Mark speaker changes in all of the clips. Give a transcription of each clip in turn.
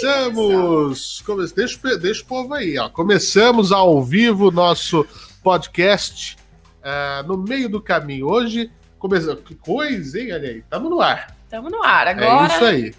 Speaker 1: começamos. Come... Deixa, deixa o povo aí, ó. Começamos ao vivo nosso podcast ah, no meio do caminho. Hoje, começa... que coisa, hein? Olha aí, estamos no ar.
Speaker 2: Estamos no ar agora.
Speaker 1: É isso aí.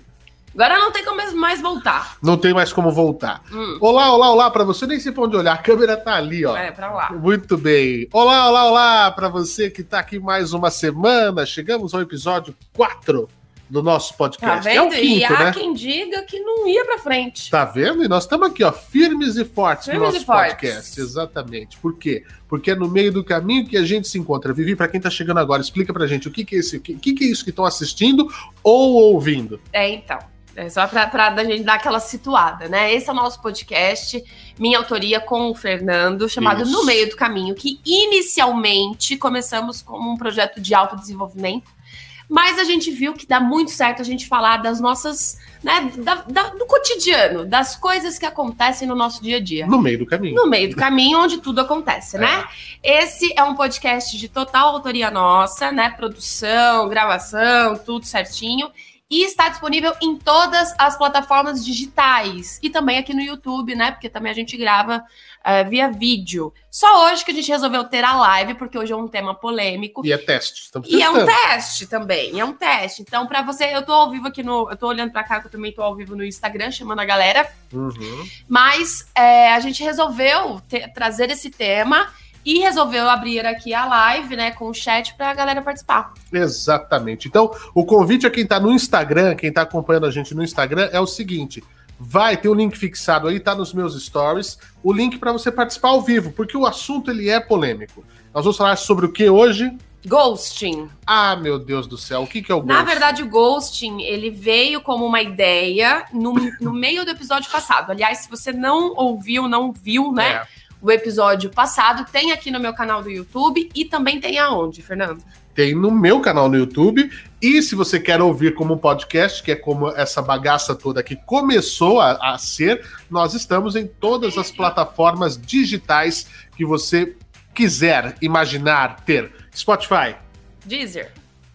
Speaker 2: Agora não tem como mais voltar.
Speaker 1: Não tem mais como voltar.
Speaker 2: Hum,
Speaker 1: Olá, olá, olá para você. Nem sei pra onde olhar. A câmera tá ali, ó.
Speaker 2: é, pra lá.
Speaker 1: Muito bem. Olá, olá, olá para você que tá aqui mais uma semana. Chegamos ao episódio 4 do nosso
Speaker 2: Tá
Speaker 1: podcast.
Speaker 2: vendo?
Speaker 1: É o
Speaker 2: e
Speaker 1: quinto,
Speaker 2: há
Speaker 1: né?
Speaker 2: quem diga que não ia pra frente.
Speaker 1: Tá vendo? E nós estamos aqui, ó, firmes e fortes no
Speaker 2: Firmes e
Speaker 1: nosso
Speaker 2: fortes.
Speaker 1: podcast. Exatamente. Por quê? Porque é no meio do caminho que a gente se encontra. Vivi, para quem tá chegando agora, explica pra gente o que que é isso, o que, o que que é isso que estão assistindo ou ouvindo.
Speaker 2: É, então. É só pra, pra da gente dar aquela situada, né? Esse é o nosso podcast, minha autoria com o Fernando, chamado
Speaker 1: Isso.
Speaker 2: No Meio do Caminho, que inicialmente começamos como um projeto de autodesenvolvimento, mas a gente viu que dá muito certo a gente falar das nossas, né, da- da- do cotidiano, das coisas que acontecem no nosso dia a dia.
Speaker 1: No meio do caminho.
Speaker 2: No meio do caminho, onde tudo acontece, né? Esse é um podcast de total autoria nossa, né? Produção, gravação, tudo certinho. E está disponível em todas as plataformas digitais. E também aqui no YouTube, né? Porque também a gente grava eh, via vídeo. Só hoje que a gente resolveu ter a live, porque hoje é um tema polêmico.
Speaker 1: E é teste. Estamos
Speaker 2: E é um
Speaker 1: testando.
Speaker 2: teste também, é um teste. Então, pra você, eu tô ao vivo aqui no. Eu tô olhando pra cá, que eu também tô ao vivo no Instagram, chamando a galera.
Speaker 1: Uhum.
Speaker 2: Mas é, a gente resolveu te- trazer esse tema e resolveu abrir aqui a live, né, com o chat pra galera participar.
Speaker 1: Exatamente. Então, o convite a quem tá no Instagram, quem tá acompanhando a gente no Instagram, é o seguinte: vai ter o link fixado aí, tá nos meus stories, o link para você participar ao vivo, porque o assunto ele é polêmico. Nós vamos falar sobre o que hoje?
Speaker 2: Ghosting.
Speaker 1: Ah, meu Deus do céu, o que, que é o
Speaker 2: Na
Speaker 1: ghost?
Speaker 2: verdade, o ghosting, ele veio como uma ideia no, no meio do episódio passado. Aliás, se você não ouviu, não viu, né,
Speaker 1: É,
Speaker 2: o episódio passado, tem aqui no meu canal do YouTube e também tem aonde, Fernando?
Speaker 1: tem no meu canal no YouTube. E se você quer ouvir como um podcast, que é como essa bagaça toda que começou a, a ser, nós estamos em todas as plataformas digitais que você quiser imaginar ter. Spotify,
Speaker 2: Deezer,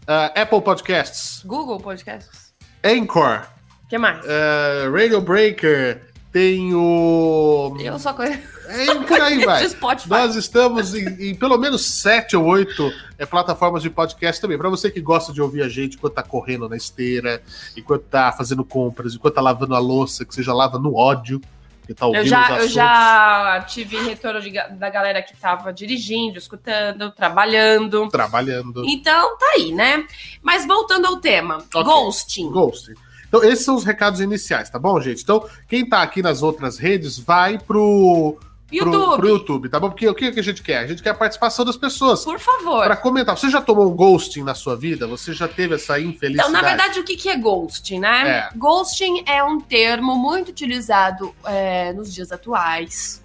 Speaker 1: ah, Apple Podcasts,
Speaker 2: Google Podcasts.
Speaker 1: Anchor,
Speaker 2: O que mais?
Speaker 1: ah, Radio Breaker, tem o.
Speaker 2: Eu só conheço
Speaker 1: É, e por aí vai.
Speaker 2: o Spotify.
Speaker 1: Nós estamos em, em pelo menos sete ou oito é, plataformas de podcast também. Para você que gosta de ouvir a gente enquanto tá correndo na esteira, enquanto tá fazendo compras, enquanto tá lavando a louça, que você já lava no ódio, porque tá ouvindo
Speaker 2: Eu
Speaker 1: os
Speaker 2: já, eu
Speaker 1: assuntos.
Speaker 2: já tive retorno de ga- da galera que tava dirigindo, escutando, trabalhando.
Speaker 1: Trabalhando.
Speaker 2: Então, tá aí, né? Mas voltando ao tema,
Speaker 1: Ok.
Speaker 2: ghosting.
Speaker 1: Ghost. Então, esses são os recados iniciais, tá bom, gente? Então, quem tá aqui nas outras redes, vai pro Pro,
Speaker 2: YouTube,
Speaker 1: pro YouTube, tá bom? Porque o que que a gente quer? A gente quer a participação das pessoas.
Speaker 2: por favor.
Speaker 1: Pra comentar, você já tomou um ghosting na sua vida? Você já teve essa
Speaker 2: Então,
Speaker 1: infelicidade?
Speaker 2: na verdade, o que, que é ghosting, né? Ghosting é um termo muito utilizado é, nos dias atuais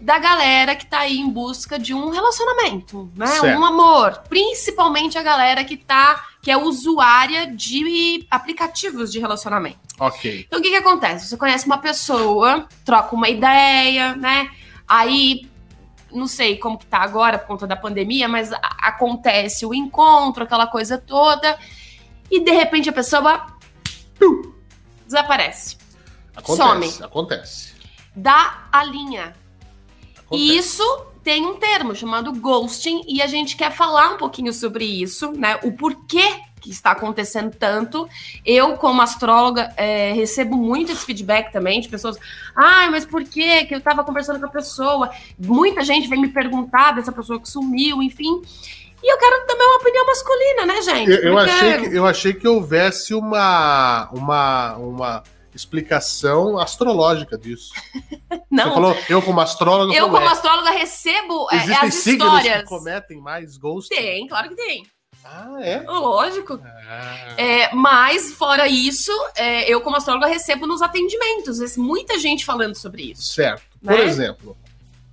Speaker 2: da galera que tá aí em busca de um relacionamento, né?
Speaker 1: Certo.
Speaker 2: Um amor. Principalmente a galera que tá, que é usuária de aplicativos de relacionamento.
Speaker 1: Ok.
Speaker 2: Então o que que acontece? Você conhece uma pessoa, troca uma ideia, né? Aí não sei como que tá agora por conta da pandemia, mas a- acontece o encontro, aquela coisa toda, e de repente a pessoa pum, desaparece,
Speaker 1: Acontece, acontece.
Speaker 2: dá a linha.
Speaker 1: acontece.
Speaker 2: E isso tem um termo chamado ghosting e a gente quer falar um pouquinho sobre isso, né? O porquê que está acontecendo tanto. Eu, como astróloga, eh, recebo muito esse feedback também de pessoas. Ai, mas por quê? Que eu estava conversando com a pessoa. Muita gente vem me perguntar dessa pessoa que sumiu, enfim. E eu quero também uma opinião masculina, né, gente?
Speaker 1: Eu, eu
Speaker 2: Porque-
Speaker 1: achei que, eu achei que houvesse uma, uma, uma explicação astrológica disso. Você
Speaker 2: Não,
Speaker 1: falou, eu como astrólogo,
Speaker 2: eu,
Speaker 1: falei,
Speaker 2: como astróloga, recebo eh,
Speaker 1: existem
Speaker 2: as
Speaker 1: signos
Speaker 2: histórias.
Speaker 1: que cometem mais ghosting?
Speaker 2: Tem, claro que tem.
Speaker 1: Ah, é?
Speaker 2: Lógico.
Speaker 1: Ah,
Speaker 2: É, mas, fora isso, é, eu, como astróloga, recebo nos atendimentos. esse- Muita gente falando sobre isso.
Speaker 1: Certo.
Speaker 2: Né?
Speaker 1: Por exemplo,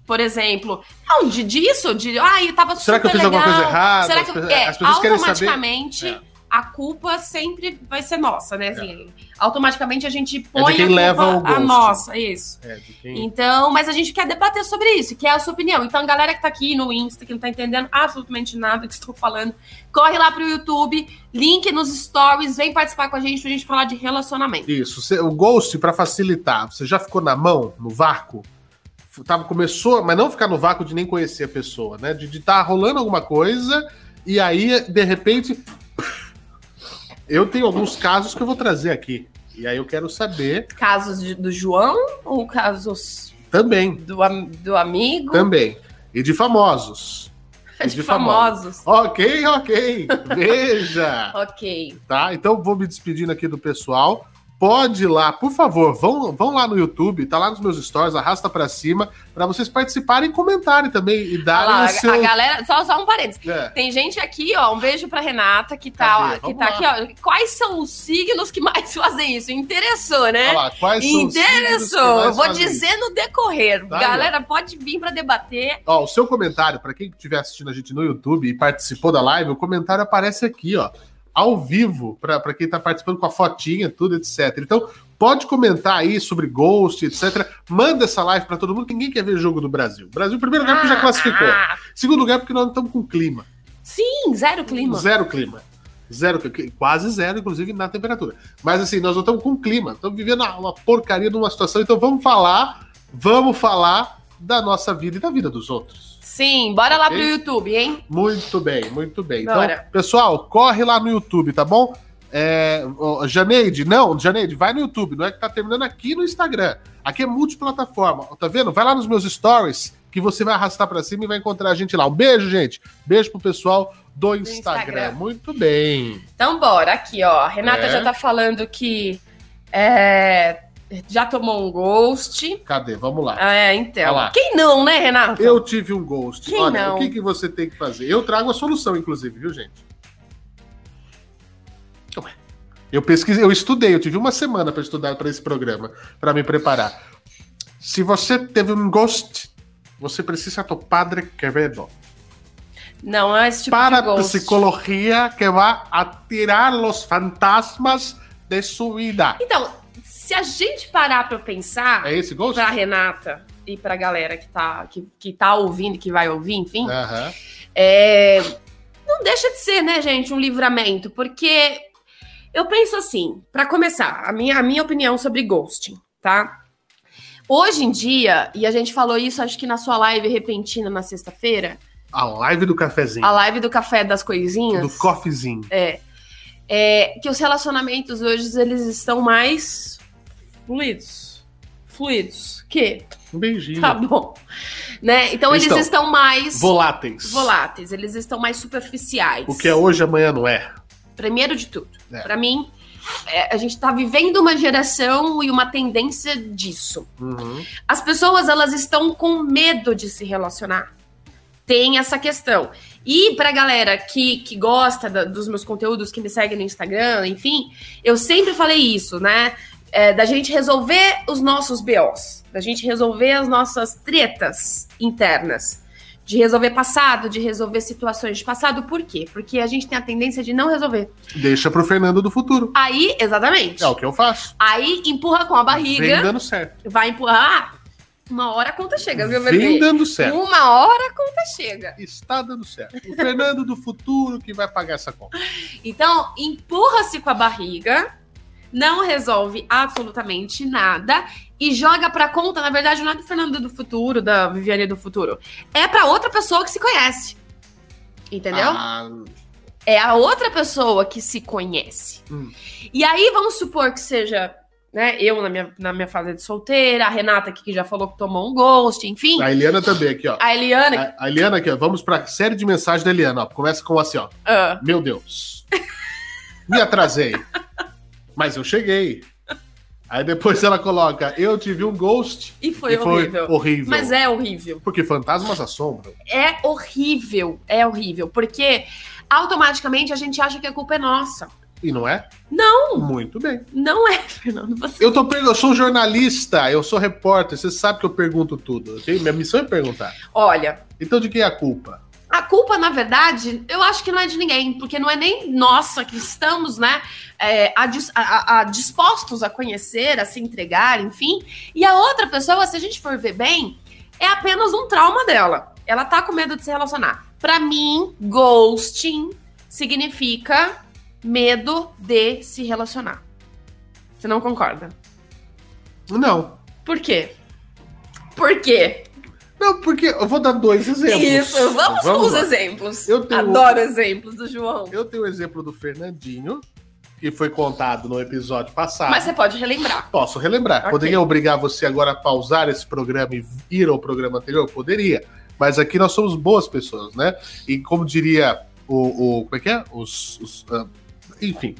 Speaker 2: Por exemplo, não, de, disso, de. Ah, eu tava
Speaker 1: será que eu
Speaker 2: super
Speaker 1: fiz alguma
Speaker 2: legal.
Speaker 1: coisa errada?
Speaker 2: Será
Speaker 1: As
Speaker 2: que
Speaker 1: pessoas-
Speaker 2: eu, é,
Speaker 1: as pessoas querem saber.
Speaker 2: automaticamente
Speaker 1: É.
Speaker 2: a culpa sempre vai ser nossa, né? Assim, Automaticamente a gente
Speaker 1: É
Speaker 2: põe
Speaker 1: de quem
Speaker 2: a culpa
Speaker 1: leva o
Speaker 2: a
Speaker 1: ghost.
Speaker 2: nossa, isso.
Speaker 1: É, de quem...
Speaker 2: Então, mas a gente quer debater sobre isso, que é a sua opinião. Então, a galera que tá aqui no Insta, que não tá entendendo absolutamente nada que estou falando, corre lá pro YouTube, link nos stories, vem participar com a gente pra gente falar de relacionamento.
Speaker 1: Isso. Você- O Ghost, pra facilitar, você já ficou na mão, no vácuo? F- Tava, começou, mas não ficar no vácuo de nem conhecer a pessoa, né? De estar rolando alguma coisa e aí, de repente. Eu tenho alguns casos que eu vou trazer aqui. E aí eu quero saber
Speaker 2: Casos de- do João ou casos
Speaker 1: também.
Speaker 2: do, am- do amigo?
Speaker 1: Também. E de famosos.
Speaker 2: de,
Speaker 1: de
Speaker 2: famosos.
Speaker 1: Ok, ok. Veja.
Speaker 2: Ok.
Speaker 1: tá? Então vou me despedindo aqui do pessoal. Pode ir lá, por favor, vão, vão lá no YouTube, tá lá nos meus stories, arrasta pra cima, pra vocês participarem e comentarem também e
Speaker 2: Olha
Speaker 1: darem
Speaker 2: lá,
Speaker 1: o
Speaker 2: a,
Speaker 1: seu.
Speaker 2: a galera, só, só um parênteses.
Speaker 1: É,
Speaker 2: Tem gente aqui, ó, um beijo pra Renata, que tá,
Speaker 1: Cadê?
Speaker 2: lá, que
Speaker 1: Vamos
Speaker 2: tá
Speaker 1: lá.
Speaker 2: aqui, ó. Quais são os signos que mais fazem isso? Interessou, né?
Speaker 1: olha lá, quais são os signos que
Speaker 2: Interessou.
Speaker 1: nós
Speaker 2: Eu vou
Speaker 1: fazemos?
Speaker 2: dizer no decorrer.
Speaker 1: Tá aí, ó.
Speaker 2: Galera, pode vir para debater.
Speaker 1: Ó, o seu comentário, pra quem estiver assistindo a gente no YouTube e participou da live, o comentário aparece aqui, ó, ao vivo, pra pra quem tá participando com a fotinha, tudo, etc. Então, pode comentar aí sobre Ghost, etc. Manda essa live pra todo mundo, que ninguém quer ver jogo do Brasil. O Brasil, em primeiro lugar, porque já classificou.
Speaker 2: Ah,
Speaker 1: Segundo lugar, porque nós não estamos com clima.
Speaker 2: sim, zero clima.
Speaker 1: Zero clima. Zero, que- quase zero, inclusive, na temperatura. Mas assim, nós não estamos com clima, estamos vivendo uma, uma porcaria numa situação, então vamos falar, vamos falar da nossa vida e da vida dos outros.
Speaker 2: Sim, bora lá
Speaker 1: Ok.
Speaker 2: pro YouTube, hein?
Speaker 1: Muito bem, muito bem. Então,
Speaker 2: Bora.
Speaker 1: pessoal, corre lá no YouTube, tá bom? É, ó, Janeide, não, Janeide, vai no YouTube, não é que tá terminando aqui no Instagram. Aqui é multiplataforma, tá vendo? Vai lá nos meus stories que você vai arrastar pra cima e vai encontrar a gente lá. Um beijo, gente. Beijo pro pessoal do Instagram.
Speaker 2: Instagram.
Speaker 1: Muito bem.
Speaker 2: Então, bora. Aqui, ó. A Renata
Speaker 1: É.
Speaker 2: já tá falando que é, já tomou um ghost.
Speaker 1: Cadê? Vamos lá.
Speaker 2: É,
Speaker 1: Olha
Speaker 2: então.
Speaker 1: lá.
Speaker 2: Quem não, né, Renata?
Speaker 1: Eu tive um ghost.
Speaker 2: Quem
Speaker 1: Olha,
Speaker 2: não?
Speaker 1: o que, que você tem que fazer? Eu trago a solução, inclusive, viu, gente? Ué. Eu pesquisei, eu estudei, eu tive uma semana para estudar para esse programa, para me preparar. Se você teve um ghost, você precisa do Padre Quevedo
Speaker 2: Não, é esse tipo
Speaker 1: para
Speaker 2: de ghost.
Speaker 1: psicologia que vai atirar os fantasmas de sua vida.
Speaker 2: Então, se a gente parar pra pensar,
Speaker 1: É esse ghost?
Speaker 2: pra Renata e pra galera que tá, que, que tá ouvindo, que vai ouvir, enfim,
Speaker 1: Aham.
Speaker 2: É, não deixa de ser, né, gente, um livramento, porque eu penso assim, pra começar, a minha, a minha opinião sobre ghosting, tá? Hoje em dia, e a gente falou isso acho que na sua live repentina na sexta-feira,
Speaker 1: A live do cafezinho,
Speaker 2: a live do café das coisinhas,
Speaker 1: do coffeezinho.
Speaker 2: é que os relacionamentos hoje eles estão mais fluidos. Fluidos. Que?
Speaker 1: Um beijinho.
Speaker 2: Tá bom. Né? Então eles
Speaker 1: Estão.
Speaker 2: estão mais
Speaker 1: Voláteis.
Speaker 2: voláteis, eles estão mais superficiais.
Speaker 1: O que é hoje, amanhã não é.
Speaker 2: Primeiro de tudo.
Speaker 1: É.
Speaker 2: Pra Para mim, é, a gente tá vivendo uma geração e uma tendência disso.
Speaker 1: Uhum.
Speaker 2: As pessoas, elas estão com medo de se relacionar. Tem essa questão. E pra galera que, que gosta da- dos meus conteúdos, que me segue no Instagram, enfim, eu sempre falei isso, né? É, da gente resolver os nossos BOs, da gente resolver as nossas tretas internas, de resolver passado, de resolver situações de passado. Por quê? Porque a gente tem a tendência de não resolver.
Speaker 1: Deixa pro Fernando do futuro.
Speaker 2: Aí, exatamente.
Speaker 1: É o que eu faço.
Speaker 2: Aí empurra com a
Speaker 1: Vem
Speaker 2: barriga,
Speaker 1: dando certo.
Speaker 2: vai empurrar. Ah, Uma hora a conta chega, viu,
Speaker 1: Vem
Speaker 2: bebê?
Speaker 1: dando certo.
Speaker 2: Uma hora a conta chega.
Speaker 1: Está dando certo. O Fernando do futuro que vai pagar essa conta.
Speaker 2: Então, empurra-se com a barriga, não resolve absolutamente nada e joga pra conta, na verdade, não é do Fernando do futuro, da Viviane do futuro. É pra outra pessoa que se conhece. Entendeu?
Speaker 1: Ah,
Speaker 2: É a outra pessoa que se conhece.
Speaker 1: Hum.
Speaker 2: E aí, vamos supor que seja, né, eu na minha, na minha fase de solteira, a Renata aqui que já falou que tomou um ghost, enfim.
Speaker 1: a Eliana também aqui, ó.
Speaker 2: A Eliana.
Speaker 1: A, a Eliana aqui, ó. Vamos pra série de mensagens da Eliana, ó. Começa com assim, ó.
Speaker 2: ah,
Speaker 1: Meu Deus. Me atrasei. Mas eu cheguei. Aí depois ela coloca, eu tive um ghost
Speaker 2: e foi
Speaker 1: e foi
Speaker 2: horrível.
Speaker 1: horrível.
Speaker 2: Mas é horrível.
Speaker 1: Porque fantasmas assombram.
Speaker 2: É horrível. É horrível. Porque automaticamente a gente acha que a culpa é nossa.
Speaker 1: E não é?
Speaker 2: Não.
Speaker 1: Muito bem.
Speaker 2: Não é, Fernando. Você
Speaker 1: Eu, tô, per- eu sou um jornalista, eu sou repórter, você sabe que eu pergunto tudo. Eu tenho, minha missão é perguntar.
Speaker 2: Olha,
Speaker 1: Então de quem é a culpa?
Speaker 2: A culpa, na verdade, eu acho que não é de ninguém, porque não é nem nossa que estamos, né, é, a, a, a, dispostos a conhecer, a se entregar, enfim. E a outra pessoa, se a gente for ver bem, é apenas um trauma dela. Ela tá com medo de se relacionar. Para mim, ghosting significa medo de se relacionar. Você não concorda?
Speaker 1: Não.
Speaker 2: Por quê? Por quê?
Speaker 1: Não, porque eu vou dar dois exemplos.
Speaker 2: Isso, vamos, vamos com os lá. exemplos. Eu tenho... Adoro exemplos do João.
Speaker 1: Eu tenho o exemplo do Fernandinho, que foi contado no episódio passado.
Speaker 2: Mas você pode relembrar.
Speaker 1: Posso relembrar. Okay. Poderia obrigar você agora a pausar esse programa e ir ao programa anterior? Poderia. Mas aqui nós somos boas pessoas, né? E como diria o. o como é que é? Os. os uh, enfim.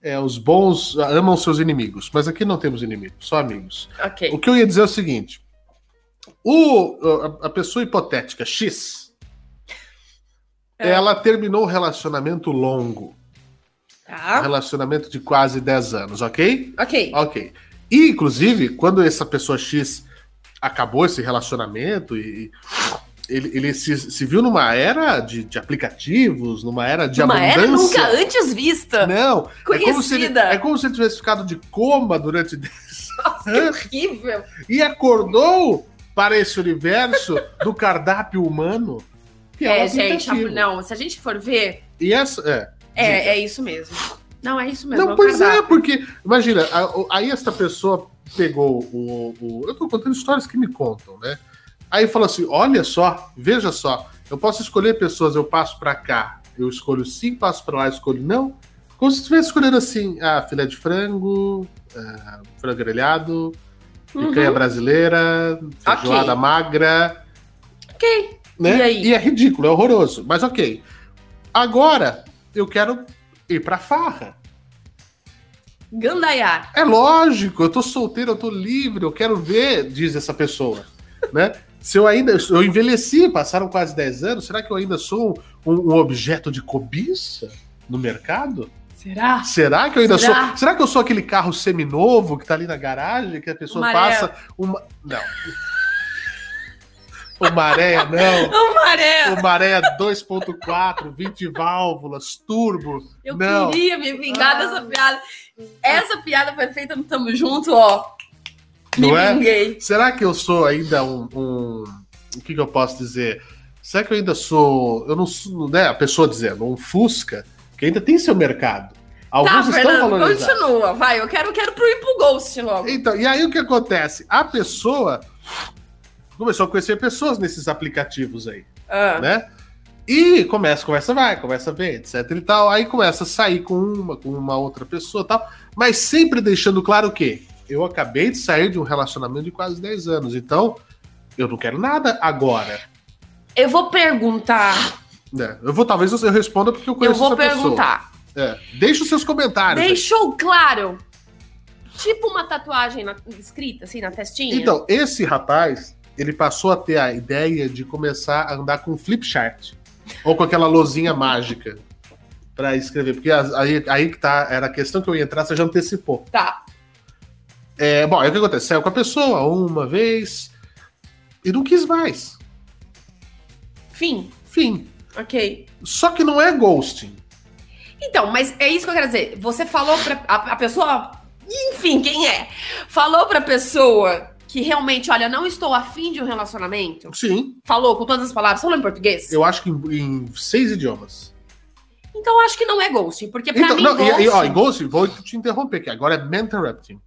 Speaker 1: É, os bons amam seus inimigos, mas aqui não temos inimigos, só amigos.
Speaker 2: Okay.
Speaker 1: O que eu ia dizer é o seguinte: o, a, pessoa hipotética X, é. ela terminou um relacionamento longo.
Speaker 2: Tá.
Speaker 1: Um relacionamento de quase 10 anos, ok?
Speaker 2: Ok.
Speaker 1: Ok. E, inclusive, quando essa pessoa X acabou esse relacionamento e. Ele, ele se, se, viu numa era de, de, aplicativos, numa era de
Speaker 2: Uma
Speaker 1: abundância.
Speaker 2: era nunca antes vista.
Speaker 1: Não.
Speaker 2: Conhecida.
Speaker 1: É como se ele, é como se ele tivesse ficado de coma durante 10
Speaker 2: Nossa, anos. que horrível.
Speaker 1: E acordou para esse universo do cardápio humano. um
Speaker 2: Que é, é gente, não, se a gente for ver.
Speaker 1: E essa, é,
Speaker 2: é, é isso mesmo. Não, é isso mesmo.
Speaker 1: Não, pois cardápio. é, porque. Imagina, aí esta pessoa pegou o, o, Eu tô contando histórias que me contam, né? Aí falou assim: olha só, veja só, eu posso escolher pessoas, eu passo para cá, eu escolho sim, passo para lá, escolho não. Como se estivesse escolhendo assim, ah, filé de frango, ah, frango grelhado, picanha uhum. brasileira, feijoada okay. magra.
Speaker 2: Ok.
Speaker 1: Né? E, e, é ridículo, é horroroso, mas ok. Agora eu quero ir pra farra.
Speaker 2: Gandaiar.
Speaker 1: É lógico, eu tô solteiro, eu tô livre, eu quero ver, diz essa pessoa. né? Se eu ainda. Eu envelheci, passaram quase 10 anos, será que eu ainda sou um, um objeto de cobiça no mercado?
Speaker 2: Será?
Speaker 1: Será que eu ainda será? sou? Será que eu sou aquele carro seminovo que tá ali na garagem, que a pessoa
Speaker 2: o
Speaker 1: passa uma não. O maré não.
Speaker 2: O maré.
Speaker 1: O maré 2.4, 20 válvulas, turbo.
Speaker 2: Eu
Speaker 1: não.
Speaker 2: queria me vingar ah. dessa piada. Essa piada foi feita no Tamo Junto, ó.
Speaker 1: Me não vinguei. É? Será que eu sou ainda um, um... o que, que eu posso dizer? Será que eu ainda sou, eu não sou, né, a pessoa dizendo, um fusca? que ainda tem seu mercado. Alguns
Speaker 2: tá, Fernando, continua, vai. Eu quero, quero pro ir pro Ghost logo.
Speaker 1: Então, e aí o que acontece? A pessoa começou a conhecer pessoas nesses aplicativos aí,
Speaker 2: ah.
Speaker 1: né? E começa, conversa vai, conversa bem, etc e tal. Aí começa a sair com uma, com uma outra pessoa tal, mas sempre deixando claro que eu acabei de sair de um relacionamento de quase 10 anos, então eu não quero nada agora.
Speaker 2: Eu vou perguntar
Speaker 1: é, eu vou, talvez eu responda porque eu conheço
Speaker 2: Eu vou perguntar.
Speaker 1: É, deixa os seus comentários.
Speaker 2: Deixou aí. claro. Tipo uma tatuagem na, escrita, assim, na testinha.
Speaker 1: Então, esse rapaz, ele passou a ter a ideia de começar a andar com flip chart. ou com aquela lozinha mágica para escrever. Porque aí, aí que tá, era a questão que eu ia entrar, você já antecipou.
Speaker 2: Tá.
Speaker 1: É, bom, aí o que acontece? Saiu com a pessoa uma vez e não quis mais.
Speaker 2: Fim.
Speaker 1: Fim.
Speaker 2: Ok.
Speaker 1: Só que não é ghosting.
Speaker 2: Então, mas é isso que eu quero dizer. Você falou pra. A, a, pessoa. Enfim, quem é? Falou pra pessoa que realmente, olha, não estou afim de um relacionamento?
Speaker 1: Sim.
Speaker 2: Falou com todas as palavras. Falou em português?
Speaker 1: Eu acho que em, em seis idiomas.
Speaker 2: Então acho que não é ghosting, porque pra então, mim. Não,
Speaker 1: ghosting... E, e, ó, em ghosting, vou te interromper aqui. Agora é interrupting. Em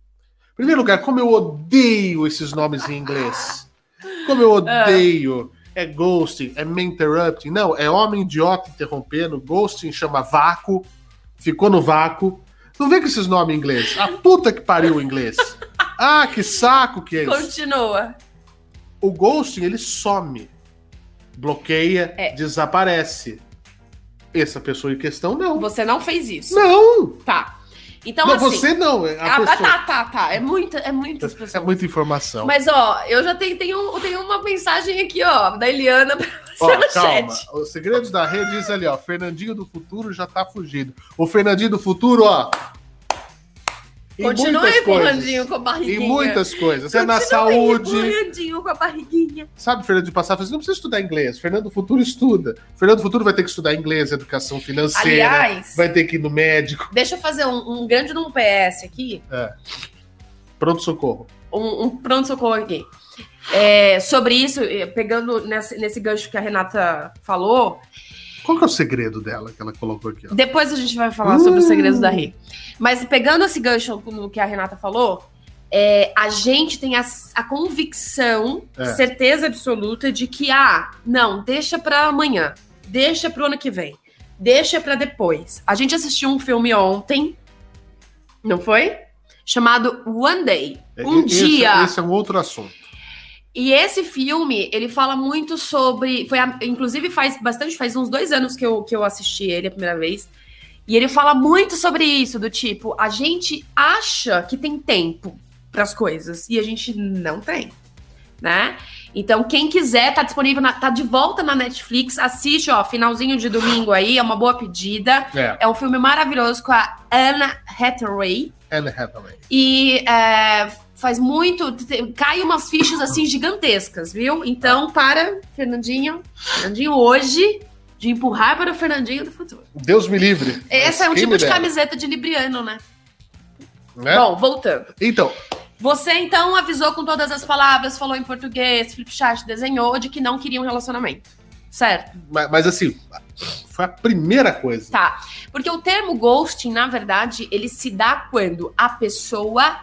Speaker 1: primeiro lugar, como eu odeio esses nomes em inglês. Como
Speaker 2: Ah.
Speaker 1: eu odeio. é ghosting, é me interrupting. Não, é homem idiota interrompendo. Ghosting chama vácuo, ficou no vácuo. Não vem com esses nomes em inglês. A puta que pariu o inglês. Ah, que saco que é isso.
Speaker 2: Continua.
Speaker 1: O ghosting, ele some, bloqueia,
Speaker 2: É.
Speaker 1: desaparece. Essa pessoa em questão, não.
Speaker 2: Você não fez isso.
Speaker 1: Não!
Speaker 2: Tá. Então,
Speaker 1: não,
Speaker 2: assim,
Speaker 1: você não. é A
Speaker 2: ah,
Speaker 1: pessoa...
Speaker 2: tá, tá, tá. É muita, é muitas pessoas.
Speaker 1: É muita informação.
Speaker 2: Mas, ó, eu já tenho, tenho, tenho uma mensagem aqui, ó, da Eliana pra
Speaker 1: ó, calma. Chat. Os segredos da rede diz ali, ó, Fernandinho do futuro já tá fugido. O Fernandinho do futuro, ó, Em
Speaker 2: Continua
Speaker 1: muitas
Speaker 2: empurrandinho com a
Speaker 1: Em
Speaker 2: barriguinha.
Speaker 1: muitas coisas. É na
Speaker 2: Continua
Speaker 1: saúde.
Speaker 2: Empurrandinho com a barriguinha.
Speaker 1: Sabe, Fernando de Passar, fala assim, não precisa estudar inglês. Fernando Futuro estuda. Fernando Futuro vai ter que estudar inglês, educação financeira.
Speaker 2: Aliás,
Speaker 1: né? Vai ter que ir no médico.
Speaker 2: deixa eu fazer um, um grande num PS aqui.
Speaker 1: Pronto-socorro.
Speaker 2: Um, um pronto-socorro aqui. É, sobre isso, eh, pegando nesse, nesse gancho que a Renata falou,
Speaker 1: Qual que é o segredo dela que ela colocou aqui? Ó? Uh!
Speaker 2: Depois a gente vai falar sobre os segredos da Rê. Mas pegando esse gancho no que a Renata falou, é, a gente tem a, a convicção,
Speaker 1: É.
Speaker 2: certeza absoluta de que, ah, não, deixa pra amanhã, deixa pro ano que vem, deixa pra depois. A gente assistiu um filme ontem, não foi? Chamado One Day. Um
Speaker 1: Esse-
Speaker 2: dia.
Speaker 1: Esse é um outro assunto.
Speaker 2: E esse filme, ele fala muito sobre. Foi a- inclusive, faz bastante, faz uns dois anos que eu, que eu assisti ele a primeira vez. E ele fala muito sobre isso, do tipo, a gente acha que tem tempo para as coisas e a gente não tem, né? Então, quem quiser, tá disponível, na- tá de volta na Netflix, assiste, ó, finalzinho de domingo aí, é uma boa pedida.
Speaker 1: É,
Speaker 2: É um filme maravilhoso com a Anna Hathaway.
Speaker 1: Anne Hathaway.
Speaker 2: E é, faz muito. te- Cai umas fichas assim gigantescas, viu? Então, para, Fernandinho. Fernandinho, hoje, de empurrar para o Fernandinho do futuro.
Speaker 1: Deus me livre.
Speaker 2: Essa é um
Speaker 1: Quem
Speaker 2: tipo
Speaker 1: me
Speaker 2: de
Speaker 1: dera,
Speaker 2: camiseta de Libriano, né?
Speaker 1: né?
Speaker 2: Bom, voltando.
Speaker 1: Então,
Speaker 2: Você então avisou com todas as palavras, falou em português, Flipchat desenhou de que não queria um relacionamento. Certo?
Speaker 1: ma- mas assim, foi a primeira coisa.
Speaker 2: Tá. Porque o termo ghosting, na verdade, ele se dá quando a pessoa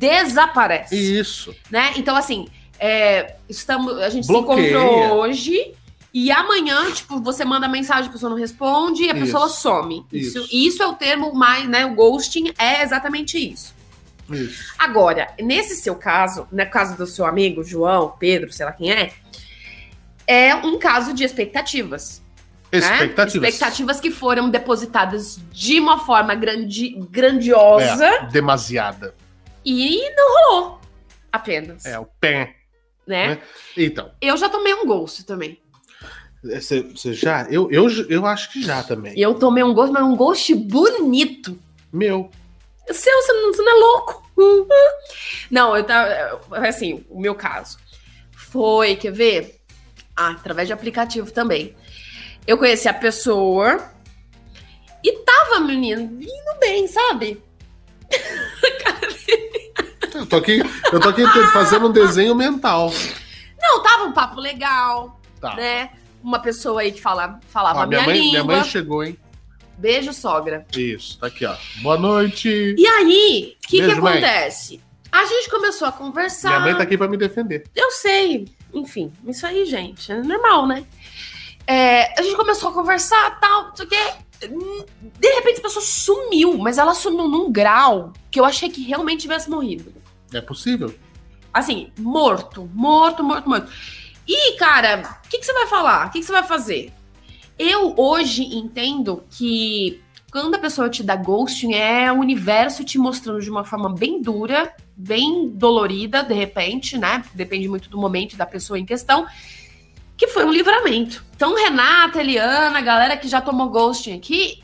Speaker 2: desaparece.
Speaker 1: Isso.
Speaker 2: né? Então, assim, é, estamos, a gente
Speaker 1: Bloqueia.
Speaker 2: se encontrou hoje e amanhã, tipo, você manda mensagem, a pessoa não responde e a
Speaker 1: Isso.
Speaker 2: pessoa some. Isso.
Speaker 1: Isso.
Speaker 2: isso, é o termo mais, né? O ghosting é exatamente isso.
Speaker 1: Isso.
Speaker 2: Agora, nesse seu caso, no caso do seu amigo, João, Pedro, sei lá quem é, é um caso de expectativas né?
Speaker 1: Expectativas.
Speaker 2: Expectativas que foram depositadas de uma forma grandi, grandiosa
Speaker 1: É, demasiada.
Speaker 2: e não rolou. Apenas.
Speaker 1: É, o pé.
Speaker 2: né?
Speaker 1: né? Então,
Speaker 2: Eu já tomei um ghost também.
Speaker 1: você você já? Eu, eu, eu acho que já também.
Speaker 2: E eu tomei um ghost, mas um ghost bonito.
Speaker 1: Meu.
Speaker 2: Seu, você não, você não é louco. Não, eu tava. Assim, o meu caso foi, quer ver? Ah, através de aplicativo também. Eu conheci a pessoa e tava, menino, indo bem, sabe?
Speaker 1: Eu tô aqui, eu tô aqui te- fazendo um desenho mental.
Speaker 2: Não, tava um papo legal,
Speaker 1: Tá.
Speaker 2: né? Uma pessoa aí que fala, falava
Speaker 1: Ó,
Speaker 2: a minha,
Speaker 1: Ah, minha, mãe, minha
Speaker 2: língua.
Speaker 1: mãe chegou, hein?
Speaker 2: Beijo, sogra.
Speaker 1: Isso, tá aqui, ó. Boa noite.
Speaker 2: E aí, o que, que
Speaker 1: Beijo, mãe.
Speaker 2: acontece? A gente começou a conversar.
Speaker 1: Minha mãe tá aqui pra me defender.
Speaker 2: Eu sei. Enfim, isso aí, gente. É normal, né? É, a gente começou a conversar tal, não sei o quê. De repente a pessoa sumiu, mas ela sumiu num grau que eu achei que realmente tivesse morrido.
Speaker 1: É possível?
Speaker 2: Assim, morto, morto, morto, morto. E, cara, o que, que você vai falar? O que, que você vai fazer? Eu hoje entendo que quando a pessoa te dá ghosting, é o universo te mostrando de uma forma bem dura, bem dolorida, de repente, né? Depende muito do momento e da pessoa em questão, que foi um livramento. Então, Renata, Eliana, a galera que já tomou ghosting aqui,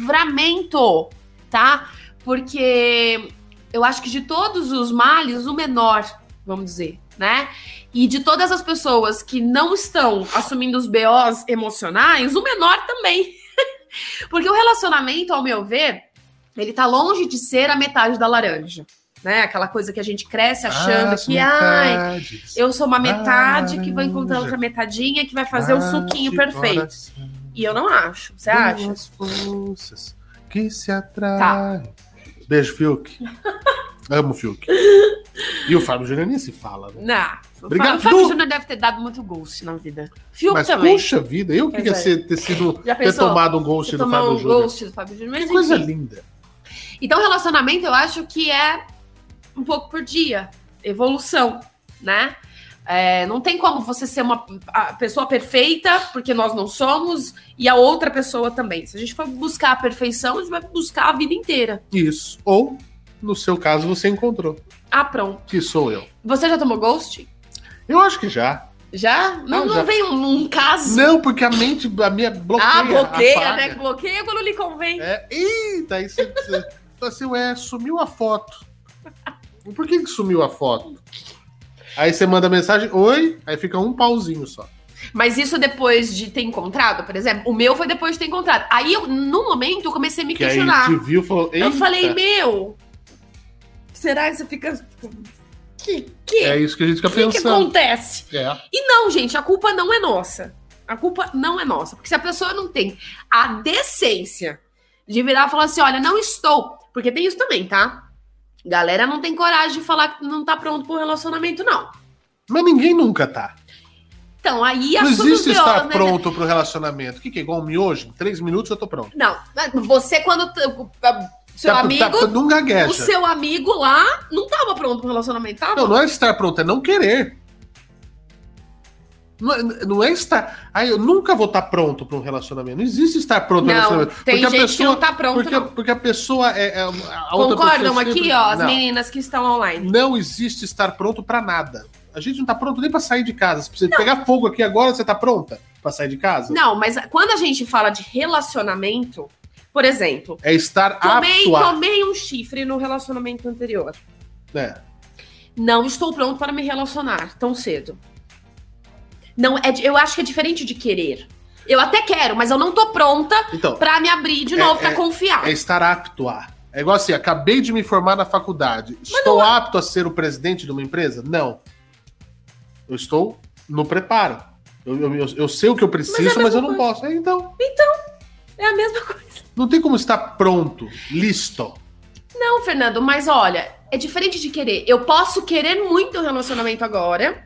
Speaker 2: livramento, tá? Porque eu acho que de todos os males, o menor, vamos dizer, né? E de todas as pessoas que não estão assumindo os BOs emocionais, o menor também. Porque o relacionamento, ao meu ver, ele tá longe de ser a metade da laranja. Né? Aquela coisa que a gente cresce Tá achando
Speaker 1: Ah, As
Speaker 2: que, ai,
Speaker 1: metades.
Speaker 2: eu sou uma metade que vou encontrar
Speaker 1: Laranja.
Speaker 2: outra metadinha que vai fazer o
Speaker 1: Ah, Uhum.
Speaker 2: suquinho
Speaker 1: de
Speaker 2: perfeito.
Speaker 1: coração,
Speaker 2: E eu não acho. Você acha?
Speaker 1: duas forças que se atraem.
Speaker 2: Tá.
Speaker 1: Beijo, Fiuk. Amo o Fiuk. E o Fábio Júnior nem se fala, né?
Speaker 2: Não. O
Speaker 1: Obrigado.
Speaker 2: Fábio Fábio Júnior deve ter dado muito ghost na vida. Fiuk
Speaker 1: Mas,
Speaker 2: também.
Speaker 1: puxa vida, eu queria
Speaker 2: Pois é.
Speaker 1: ser- ter sido.
Speaker 2: Já
Speaker 1: Ter
Speaker 2: pensou?
Speaker 1: tomado um ghost
Speaker 2: Você
Speaker 1: do
Speaker 2: tomar
Speaker 1: Fábio
Speaker 2: um
Speaker 1: Júnior.
Speaker 2: ghost do Fábio Júnior.
Speaker 1: Que
Speaker 2: Mas,
Speaker 1: coisa
Speaker 2: enfim.
Speaker 1: linda.
Speaker 2: Então, relacionamento, eu acho que é um pouco por dia. Evolução, né? É, não tem como você ser uma a pessoa perfeita, porque nós não somos, e a outra pessoa também. Se a gente for buscar a perfeição, a gente vai buscar a vida inteira.
Speaker 1: Isso. Ou, no seu caso, você encontrou.
Speaker 2: Ah, pronto.
Speaker 1: Que sou eu.
Speaker 2: Você já tomou ghost?
Speaker 1: Eu acho que já.
Speaker 2: Já? Não,
Speaker 1: Não,
Speaker 2: não
Speaker 1: já.
Speaker 2: vem um, um caso.
Speaker 1: Não, porque a mente, a minha bloqueia.
Speaker 2: ah, bloqueia,
Speaker 1: apaga.
Speaker 2: né? Bloqueia quando lhe convém.
Speaker 1: É, eita, aí você, você- Assim, ué, sumiu a foto. Por que, que sumiu a foto? Aí você manda mensagem, oi, aí fica um pauzinho só.
Speaker 2: Mas isso depois de ter encontrado, por exemplo, o meu foi depois de ter encontrado. Aí, eu, no momento, eu comecei a me
Speaker 1: Que aí
Speaker 2: questionar.
Speaker 1: te viu e falou,
Speaker 2: Eu
Speaker 1: "Eita,
Speaker 2: falei, meu, será que você fica. Que, que,
Speaker 1: É isso tipo, que a gente fica
Speaker 2: que, que
Speaker 1: pensando.
Speaker 2: acontece?
Speaker 1: É.
Speaker 2: E não, gente, a culpa não é nossa. A culpa não é nossa. Porque se a pessoa não tem a decência de virar e falar assim: olha, não estou. Porque tem isso também, tá? Galera não tem coragem de falar que não tá pronto pro relacionamento, não.
Speaker 1: Mas ninguém nunca tá.
Speaker 2: Então, aí
Speaker 1: não
Speaker 2: assume os
Speaker 1: existe estar
Speaker 2: violas, né? gente?
Speaker 1: pronto pro relacionamento. O que, que é igual um miojo? Em três minutos eu tô pronto.
Speaker 2: Não, você quando. t- o- a- Seu
Speaker 1: tá,
Speaker 2: amigo.
Speaker 1: tá, não
Speaker 2: o
Speaker 1: gagueja.
Speaker 2: seu amigo lá não tava pronto pro relacionamento, tava?
Speaker 1: Não, não é estar pronto, é não querer. Não é, não é estar. Ah, eu nunca vou estar pronto para um relacionamento. Não existe estar pronto para um
Speaker 2: Não,
Speaker 1: relacionamento.
Speaker 2: tem gente
Speaker 1: a
Speaker 2: que
Speaker 1: pessoa.
Speaker 2: não tá pronto,
Speaker 1: porque,
Speaker 2: não.
Speaker 1: porque a pessoa é. é- a outra
Speaker 2: Concordam
Speaker 1: pessoa
Speaker 2: aqui,
Speaker 1: sempre-
Speaker 2: ó, as
Speaker 1: não,
Speaker 2: meninas que estão online.
Speaker 1: não existe estar pronto para nada. A gente não tá pronto nem para sair de casa. Se você pegar fogo aqui agora, você tá pronta para sair de casa?
Speaker 2: Não, mas quando a gente fala de relacionamento, por exemplo,
Speaker 1: É estar
Speaker 2: tomei,
Speaker 1: apto a.
Speaker 2: tomei um chifre no relacionamento anterior.
Speaker 1: né?
Speaker 2: Não estou pronto para me relacionar tão cedo. Não, é, di- eu acho que é diferente de querer. Eu até quero, mas eu não tô pronta
Speaker 1: Então,
Speaker 2: pra me abrir de
Speaker 1: É,
Speaker 2: novo, pra confiar.
Speaker 1: é estar apto a. É igual assim, acabei de me formar na faculdade. Estou
Speaker 2: é-
Speaker 1: apto a ser o presidente de uma empresa? Não. Eu estou no preparo. Eu, eu- eu- eu sei o que eu preciso, mas,
Speaker 2: mesma
Speaker 1: eu não posso. É, então,
Speaker 2: É a mesma coisa.
Speaker 1: não tem como estar pronto, listo.
Speaker 2: Não, Fernando, mas olha, é diferente de querer. Eu posso querer muito o relacionamento agora,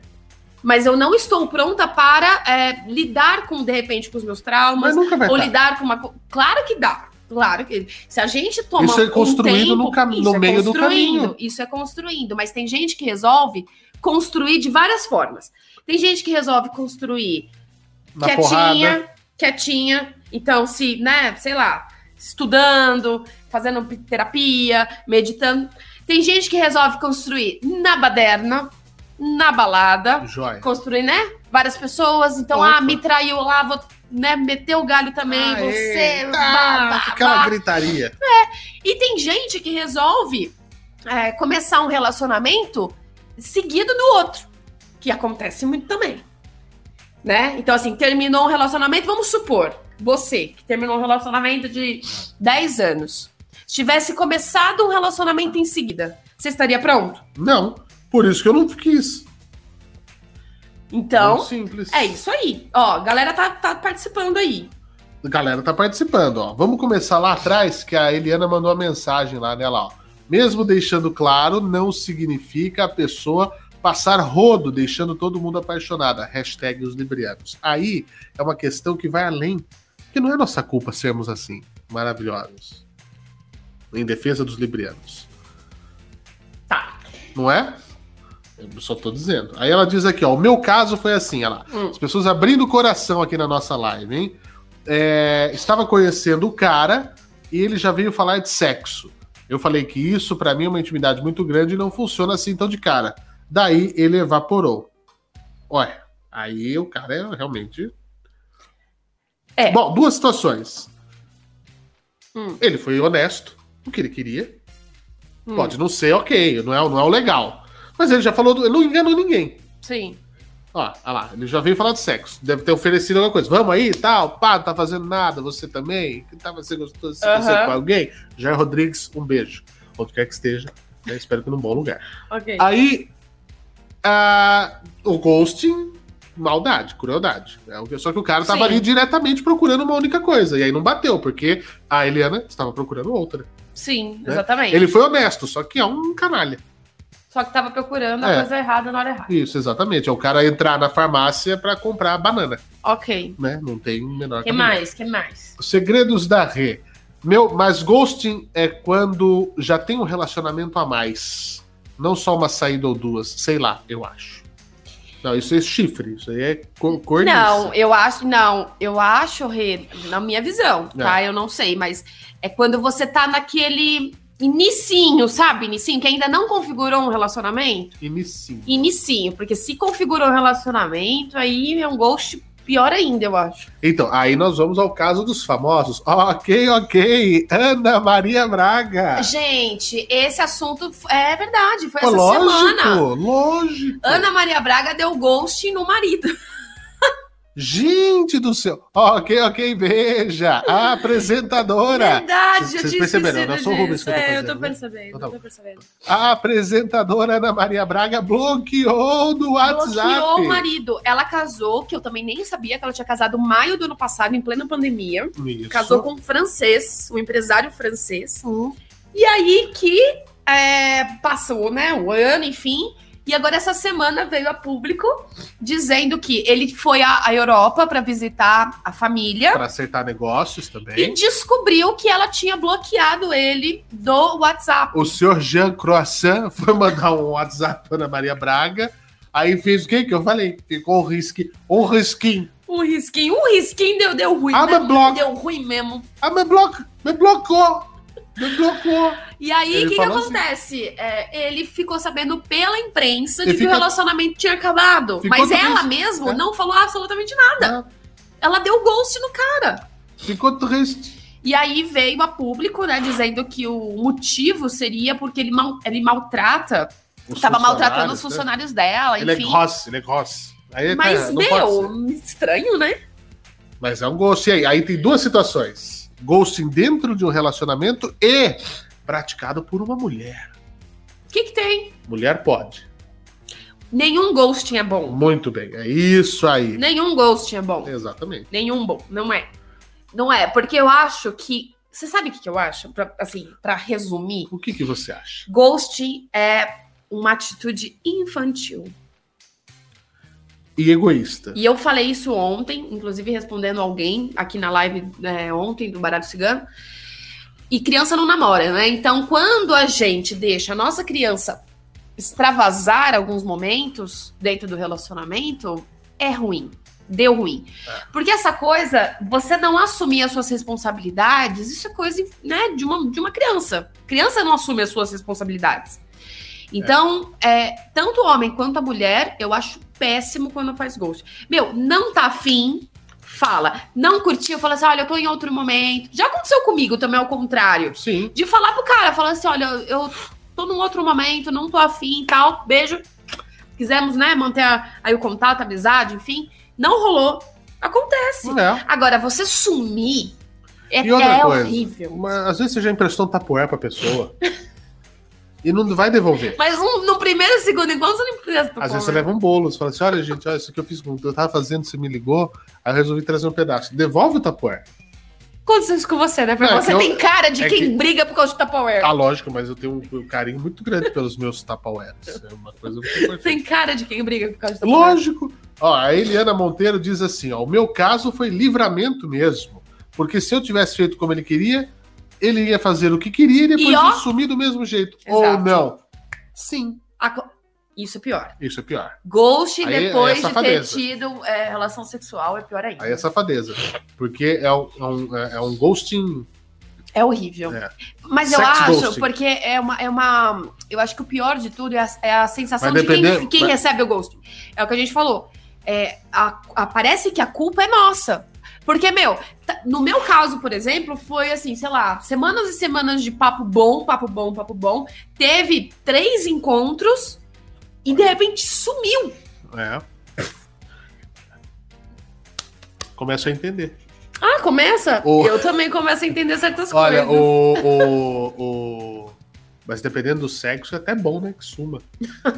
Speaker 2: mas eu não estou pronta para é, lidar com, de repente, com os meus traumas.
Speaker 1: Mas nunca vai
Speaker 2: ou
Speaker 1: estar.
Speaker 2: lidar com uma. co- Claro que dá. Claro que. Se a gente toma.
Speaker 1: Isso é
Speaker 2: um
Speaker 1: construído
Speaker 2: tempo,
Speaker 1: no cami-
Speaker 2: isso
Speaker 1: no
Speaker 2: é
Speaker 1: meio do
Speaker 2: construindo,
Speaker 1: caminho.
Speaker 2: Isso é construindo. Mas tem gente que resolve construir de várias formas. Tem gente que resolve construir
Speaker 1: Na
Speaker 2: quietinha,
Speaker 1: porrada.
Speaker 2: quietinha. Então, se, né, sei lá, estudando, fazendo p- terapia, meditando. Tem gente que resolve construir na baderna, na balada
Speaker 1: Joia.
Speaker 2: construir, né? Várias pessoas. Então,
Speaker 1: Opa.
Speaker 2: ah, me traiu lá, vou né, meter o galho também,
Speaker 1: Aê,
Speaker 2: você.
Speaker 1: tá,
Speaker 2: bá, bá,
Speaker 1: aquela
Speaker 2: bá.
Speaker 1: gritaria.
Speaker 2: E tem gente que resolve é, começar um relacionamento seguido do outro, que acontece muito também. Né? Então, assim, terminou um relacionamento, vamos supor, você, que terminou um relacionamento de 10 anos, tivesse começado um relacionamento em seguida, você estaria pronto?
Speaker 1: Não, por isso que eu não quis.
Speaker 2: Então,
Speaker 1: Muito simples.
Speaker 2: é isso aí. Ó, a galera tá, tá participando aí.
Speaker 1: A galera tá participando, ó. Vamos começar lá atrás, que a Eliana mandou uma mensagem lá nela, ó. Mesmo deixando claro, não significa a pessoa passar rodo, deixando todo mundo apaixonada. Hashtag os librianos. Aí é uma questão que vai além, porque não é nossa culpa sermos assim, maravilhosos. Em defesa dos librianos,
Speaker 2: Tá,
Speaker 1: não é? Eu só tô dizendo. Aí ela diz aqui, ó, o meu caso foi assim, olha lá.
Speaker 2: Hum.
Speaker 1: As pessoas abrindo o coração aqui na nossa live, hein? É, estava conhecendo o cara e ele já veio falar de sexo. Eu falei que isso pra mim é uma intimidade muito grande e não funciona assim tão de cara. Daí ele evaporou. Olha, aí o cara é realmente.
Speaker 2: É.
Speaker 1: Bom, duas situações.
Speaker 2: Hum.
Speaker 1: Ele foi honesto, o que ele queria.
Speaker 2: Hum.
Speaker 1: Pode não ser ok, não é, não é o legal. Mas ele já falou, do- ele não enganou ninguém.
Speaker 2: Sim.
Speaker 1: Ó, olha lá, ele já veio falar de sexo. Deve ter oferecido alguma coisa. Vamos aí, tal, pá, não tá fazendo nada, você também? Que tava sendo gostoso se
Speaker 2: Aham.
Speaker 1: você com alguém? Jair Rodrigues, um beijo. Onde quer que esteja, né? espero que num bom lugar.
Speaker 2: Ok.
Speaker 1: Aí, ah, o ghosting, maldade, crueldade. É o que- Só que o cara tava
Speaker 2: Sim.
Speaker 1: ali diretamente procurando uma única coisa. E aí não bateu, porque a Eliana estava procurando outra.
Speaker 2: Sim,
Speaker 1: né?
Speaker 2: exatamente.
Speaker 1: Ele foi honesto, só que é um canalha.
Speaker 2: Só que tava procurando a
Speaker 1: É.
Speaker 2: coisa errada na hora errada.
Speaker 1: Isso, exatamente. É o cara entrar na farmácia pra comprar banana,
Speaker 2: Ok.
Speaker 1: né? Não tem o menor
Speaker 2: Que
Speaker 1: cabimento.
Speaker 2: mais? Que mais?
Speaker 1: Segredos da Rê. Meu, mas ghosting é quando já tem um relacionamento a mais. Não só uma saída ou duas, sei lá, eu acho. Não, isso é chifre, isso aí é cor cornice.
Speaker 2: Não, eu acho, não, eu acho, Rê, na minha visão,
Speaker 1: É.
Speaker 2: tá? Eu não sei, mas é quando você tá naquele inicinho, sabe? Inicinho, que ainda não configurou um relacionamento.
Speaker 1: Inicinho.
Speaker 2: Inicinho, porque se configurou um relacionamento, aí é um ghost pior ainda, eu acho.
Speaker 1: Então, aí nós vamos ao caso dos famosos. Ok, ok. Ana Maria Braga.
Speaker 2: Gente, esse assunto é verdade, foi
Speaker 1: É. Pô,
Speaker 2: essa
Speaker 1: lógico,
Speaker 2: semana.
Speaker 1: lógico.
Speaker 2: Ana Maria Braga deu ghost no marido.
Speaker 1: Gente do céu. Ok, ok, veja. A apresentadora.
Speaker 2: verdade,
Speaker 1: vocês
Speaker 2: eu tinha
Speaker 1: perceberam,
Speaker 2: esquecido
Speaker 1: não é só o Rubens
Speaker 2: disso.
Speaker 1: que eu tô
Speaker 2: É, eu
Speaker 1: fazendo,
Speaker 2: tô
Speaker 1: né?
Speaker 2: percebendo,
Speaker 1: Então tá
Speaker 2: eu
Speaker 1: bom.
Speaker 2: tô percebendo.
Speaker 1: A apresentadora Ana Maria Braga bloqueou do WhatsApp.
Speaker 2: Bloqueou o marido. Ela casou, que eu também nem sabia que ela tinha casado maio do ano passado, em plena pandemia.
Speaker 1: Isso.
Speaker 2: Casou com um francês, um empresário francês.
Speaker 1: Hum.
Speaker 2: E aí que é, passou, né, o ano, enfim. E agora essa semana veio a público dizendo que ele foi à, à Europa para visitar a família
Speaker 1: Para acertar negócios também.
Speaker 2: e descobriu que ela tinha bloqueado ele do WhatsApp.
Speaker 1: O senhor Jean Croissant foi mandar um WhatsApp para Ana Maria Braga. Aí fez o que que eu falei? Ficou um risque, um risquinho.
Speaker 2: O risquinho, um risquinho deu, deu ruim.
Speaker 1: Ah,
Speaker 2: né?
Speaker 1: mas bloco.
Speaker 2: Deu ruim mesmo.
Speaker 1: Ah, me, bloco, me blocou. Me blocou.
Speaker 2: E aí,
Speaker 1: Ele
Speaker 2: o que, que
Speaker 1: falou assim.
Speaker 2: acontece? É, ele ficou sabendo pela imprensa
Speaker 1: Ele
Speaker 2: de que o
Speaker 1: fica-
Speaker 2: relacionamento tinha acabado.
Speaker 1: Ficou
Speaker 2: Mas
Speaker 1: triste,
Speaker 2: ela mesmo
Speaker 1: né?
Speaker 2: não falou absolutamente nada. Ela deu ghost no cara.
Speaker 1: Ah, Ficou triste.
Speaker 2: E aí veio a público, né, dizendo que o motivo seria porque ele, mal- ele maltrata,
Speaker 1: Os
Speaker 2: tava maltratando os
Speaker 1: funcionários, né?
Speaker 2: funcionários dela,
Speaker 1: Ele é
Speaker 2: enfim.
Speaker 1: grosso, ele é grosso. Aí,
Speaker 2: Mas,
Speaker 1: tá, não pode ser.
Speaker 2: meu, estranho, né?
Speaker 1: Mas é um ghost. E aí, aí tem duas situações: ghosting dentro de um relacionamento e praticado por uma mulher.
Speaker 2: O que que tem?
Speaker 1: Mulher pode.
Speaker 2: Nenhum ghosting é bom.
Speaker 1: Muito bem. É isso aí.
Speaker 2: Nenhum ghosting é bom.
Speaker 1: Exatamente.
Speaker 2: Nenhum bom, não é. Não é, porque eu acho que. Você sabe o que, que eu acho? Pra, assim, para resumir,
Speaker 1: O que, que você acha?
Speaker 2: ghosting é uma atitude infantil.
Speaker 1: E egoísta.
Speaker 2: E eu falei isso ontem, inclusive respondendo alguém aqui na live é, ontem do Barato Cigano. E criança não namora, né? Então, quando a gente deixa a nossa criança extravasar alguns momentos dentro do relacionamento, é ruim. Deu ruim. Porque essa coisa, você não assumir as suas responsabilidades, isso é coisa né, de, uma, de uma criança. Criança não assume as suas responsabilidades. Então, é, tanto o homem quanto a mulher, eu acho péssimo quando faz ghost. Meu, não tá afim, fala. Não curtiu, fala assim: olha, eu tô em outro momento. Já aconteceu comigo também, ao contrário.
Speaker 1: Sim.
Speaker 2: De falar pro cara, falar assim: olha, eu tô num outro momento, não tô afim e tal. Beijo. Quisemos, né, manter a- aí o contato, a amizade, enfim. Não rolou. Acontece.
Speaker 1: Não é.
Speaker 2: Agora, você sumir é,
Speaker 1: E outra
Speaker 2: é
Speaker 1: coisa,
Speaker 2: horrível.
Speaker 1: Mas às vezes você já emprestou um tapoé pra pessoa e não vai devolver.
Speaker 2: Mas um- no primeiro e segundo encontro, você não empresta.
Speaker 1: Às
Speaker 2: pô,
Speaker 1: vezes você
Speaker 2: né?
Speaker 1: leva um bolo, você fala assim: olha, gente, olha, isso aqui eu fiz com. Eu tava fazendo, você me ligou, aí eu resolvi trazer um pedaço. Devolve o tapoé.
Speaker 2: Aconteceu isso com você, né? Porque
Speaker 1: Não, é
Speaker 2: você
Speaker 1: que eu-
Speaker 2: tem cara de
Speaker 1: é
Speaker 2: quem
Speaker 1: que-
Speaker 2: briga por causa de Tupperware.
Speaker 1: Ah, lógico, mas eu tenho um carinho muito grande pelos meus tapauetes. É uma coisa muito importante.
Speaker 2: Tem cara de quem briga por causa de Tupperware.
Speaker 1: Lógico. Ó, a Eliana Monteiro diz assim: ó, o meu caso foi livramento mesmo. Porque se eu tivesse feito como ele queria, ele ia fazer o que queria e depois
Speaker 2: E ó-
Speaker 1: ia sumir do mesmo jeito. Ou
Speaker 2: Exato.
Speaker 1: não. Sim.
Speaker 2: A co- Isso é pior.
Speaker 1: Isso é pior.
Speaker 2: Ghost
Speaker 1: Aí é- aí
Speaker 2: depois
Speaker 1: é
Speaker 2: de ter
Speaker 1: safadeza.
Speaker 2: tido é, relação sexual é pior ainda.
Speaker 1: Aí é safadeza. Porque é um, é um- é um ghosting.
Speaker 2: É horrível.
Speaker 1: É.
Speaker 2: Mas eu
Speaker 1: Sex
Speaker 2: acho,
Speaker 1: ghosting.
Speaker 2: porque é uma, é uma. Eu acho que o pior de tudo é a, é a sensação
Speaker 1: Vai
Speaker 2: de
Speaker 1: depender-
Speaker 2: quem, quem
Speaker 1: vai-
Speaker 2: recebe o ghost. É o que a gente falou. É, a- a- parece que a culpa é nossa. Porque, meu, tá- no meu caso, por exemplo, foi assim, sei lá, semanas e semanas de papo bom, papo bom, papo bom. Teve três encontros e de repente sumiu.
Speaker 1: É. Começo a entender.
Speaker 2: Ah, começa?
Speaker 1: O-
Speaker 2: Eu também começo a entender certas
Speaker 1: Olha,
Speaker 2: coisas.
Speaker 1: o, o, o- Mas dependendo do sexo, é até bom, né? Que suma.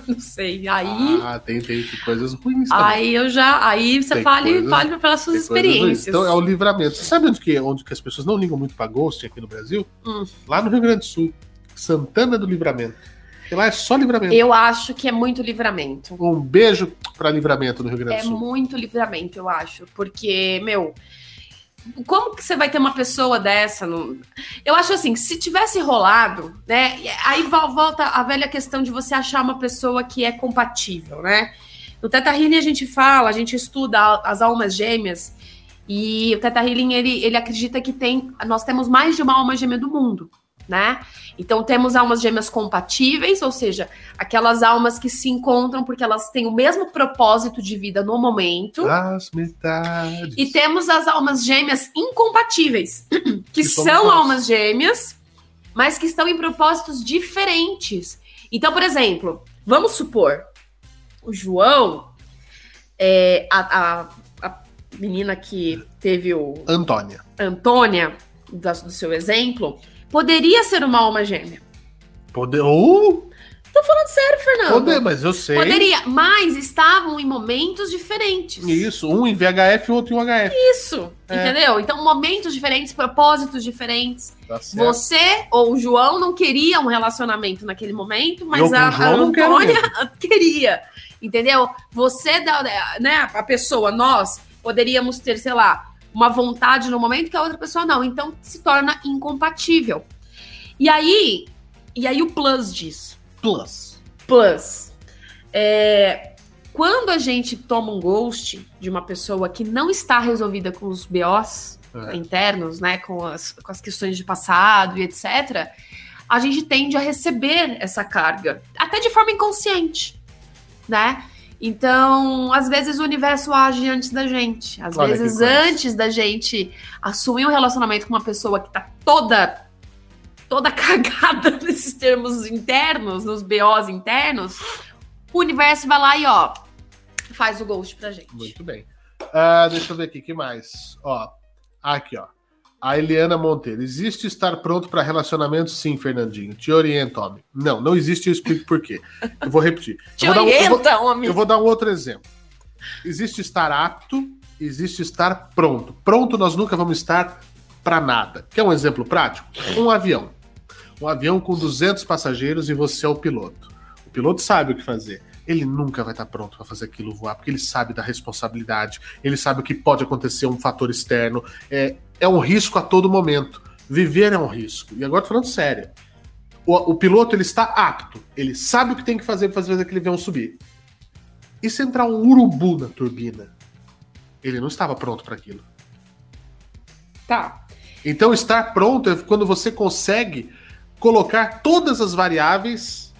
Speaker 2: Não sei. Aí.
Speaker 1: Ah, tem, tem coisas ruins também.
Speaker 2: Aí eu já. Aí você
Speaker 1: Tem
Speaker 2: fale,
Speaker 1: coisas-
Speaker 2: fale pelas suas
Speaker 1: Tem coisas ruins.
Speaker 2: experiências.
Speaker 1: Então é o livramento. Você sabe onde que, onde que as pessoas não ligam muito pra Ghost aqui no Brasil?
Speaker 2: Hum.
Speaker 1: Lá no Rio Grande do Sul. Santana do Livramento. Porque lá é só livramento.
Speaker 2: Eu acho que é muito livramento.
Speaker 1: Um beijo pra livramento no Rio Grande
Speaker 2: É
Speaker 1: do Sul.
Speaker 2: muito livramento, eu acho. Porque, meu. Como que você vai ter uma pessoa dessa? no- Eu acho assim, se tivesse rolado, né? Aí vol- volta a velha questão de você achar uma pessoa que é compatível, né? No Teta Healing a gente fala, a gente estuda a- as almas gêmeas. E o Teta Healing, ele, ele acredita que tem, nós temos mais de uma alma gêmea do mundo. né? Então temos almas gêmeas compatíveis, ou seja, aquelas almas que se encontram porque elas têm o mesmo propósito de vida no momento.
Speaker 1: As metades.
Speaker 2: E temos as almas gêmeas incompatíveis, que,
Speaker 1: Que
Speaker 2: são
Speaker 1: somos nós.
Speaker 2: almas gêmeas, mas que estão em propósitos diferentes. Então, por exemplo, vamos supor, o João, é, a- a- a menina que teve o
Speaker 1: Antônia.
Speaker 2: Antônia, da- do seu exemplo, poderia ser uma alma gêmea.
Speaker 1: Poder, ou
Speaker 2: Sério, Fernando?
Speaker 1: poder, mas eu sei.
Speaker 2: Poderia, mas estavam em momentos diferentes.
Speaker 1: Isso, um em VHF e outro em UHF.
Speaker 2: Isso,
Speaker 1: É.
Speaker 2: entendeu? Então, momentos diferentes, propósitos diferentes.
Speaker 1: Tá certo.
Speaker 2: Você ou o João não queria um relacionamento naquele momento,
Speaker 1: Eu
Speaker 2: mas
Speaker 1: com
Speaker 2: a,
Speaker 1: o João
Speaker 2: a
Speaker 1: não quero
Speaker 2: Antônia queria, entendeu? Você, da, né, a pessoa, nós, poderíamos ter, sei lá, uma vontade no momento que a outra pessoa não. Então, se torna incompatível. E aí, e aí o plus disso.
Speaker 1: Plus.
Speaker 2: Plus, é, quando a gente toma um ghost de uma pessoa que não está resolvida com os BOs
Speaker 1: É.
Speaker 2: internos, né, com as, com as questões de passado e etc., a gente tende a receber essa carga, até de forma inconsciente, né? Então, às vezes o universo age antes da gente. Às
Speaker 1: Olha que
Speaker 2: vezes,
Speaker 1: coisa.
Speaker 2: antes da gente assumir um relacionamento com uma pessoa que tá toda toda cagada nesses termos internos, nos BOs internos, o universo vai lá e ó, faz o ghost pra gente.
Speaker 1: Muito bem. Ah, deixa eu ver aqui, que mais? Ó, aqui, ó. A Eliana Monteiro. Existe estar pronto para relacionamento? Sim, Fernandinho. Te oriento, homem. Não, não existe, eu explico por quê. Eu vou repetir.
Speaker 2: Te
Speaker 1: eu, vou dar um, eu, vou,
Speaker 2: orienta, homem.
Speaker 1: eu vou dar um outro exemplo. Existe estar apto, existe estar pronto. Pronto nós nunca vamos estar para nada. Quer um exemplo prático? Um avião. Um avião com 200 passageiros e você é o piloto. O piloto sabe o que fazer. Ele nunca vai estar pronto para fazer aquilo voar, porque ele sabe da responsabilidade, ele sabe o que pode acontecer, um fator externo. É, é um risco a todo momento. Viver é um risco. E agora tô falando sério. O, o piloto ele está apto, ele sabe o que tem que fazer para fazer aquele avião subir. E se entrar um urubu na turbina? Ele não estava pronto para aquilo.
Speaker 2: Tá.
Speaker 1: Então, estar pronto é quando você consegue colocar todas as variáveis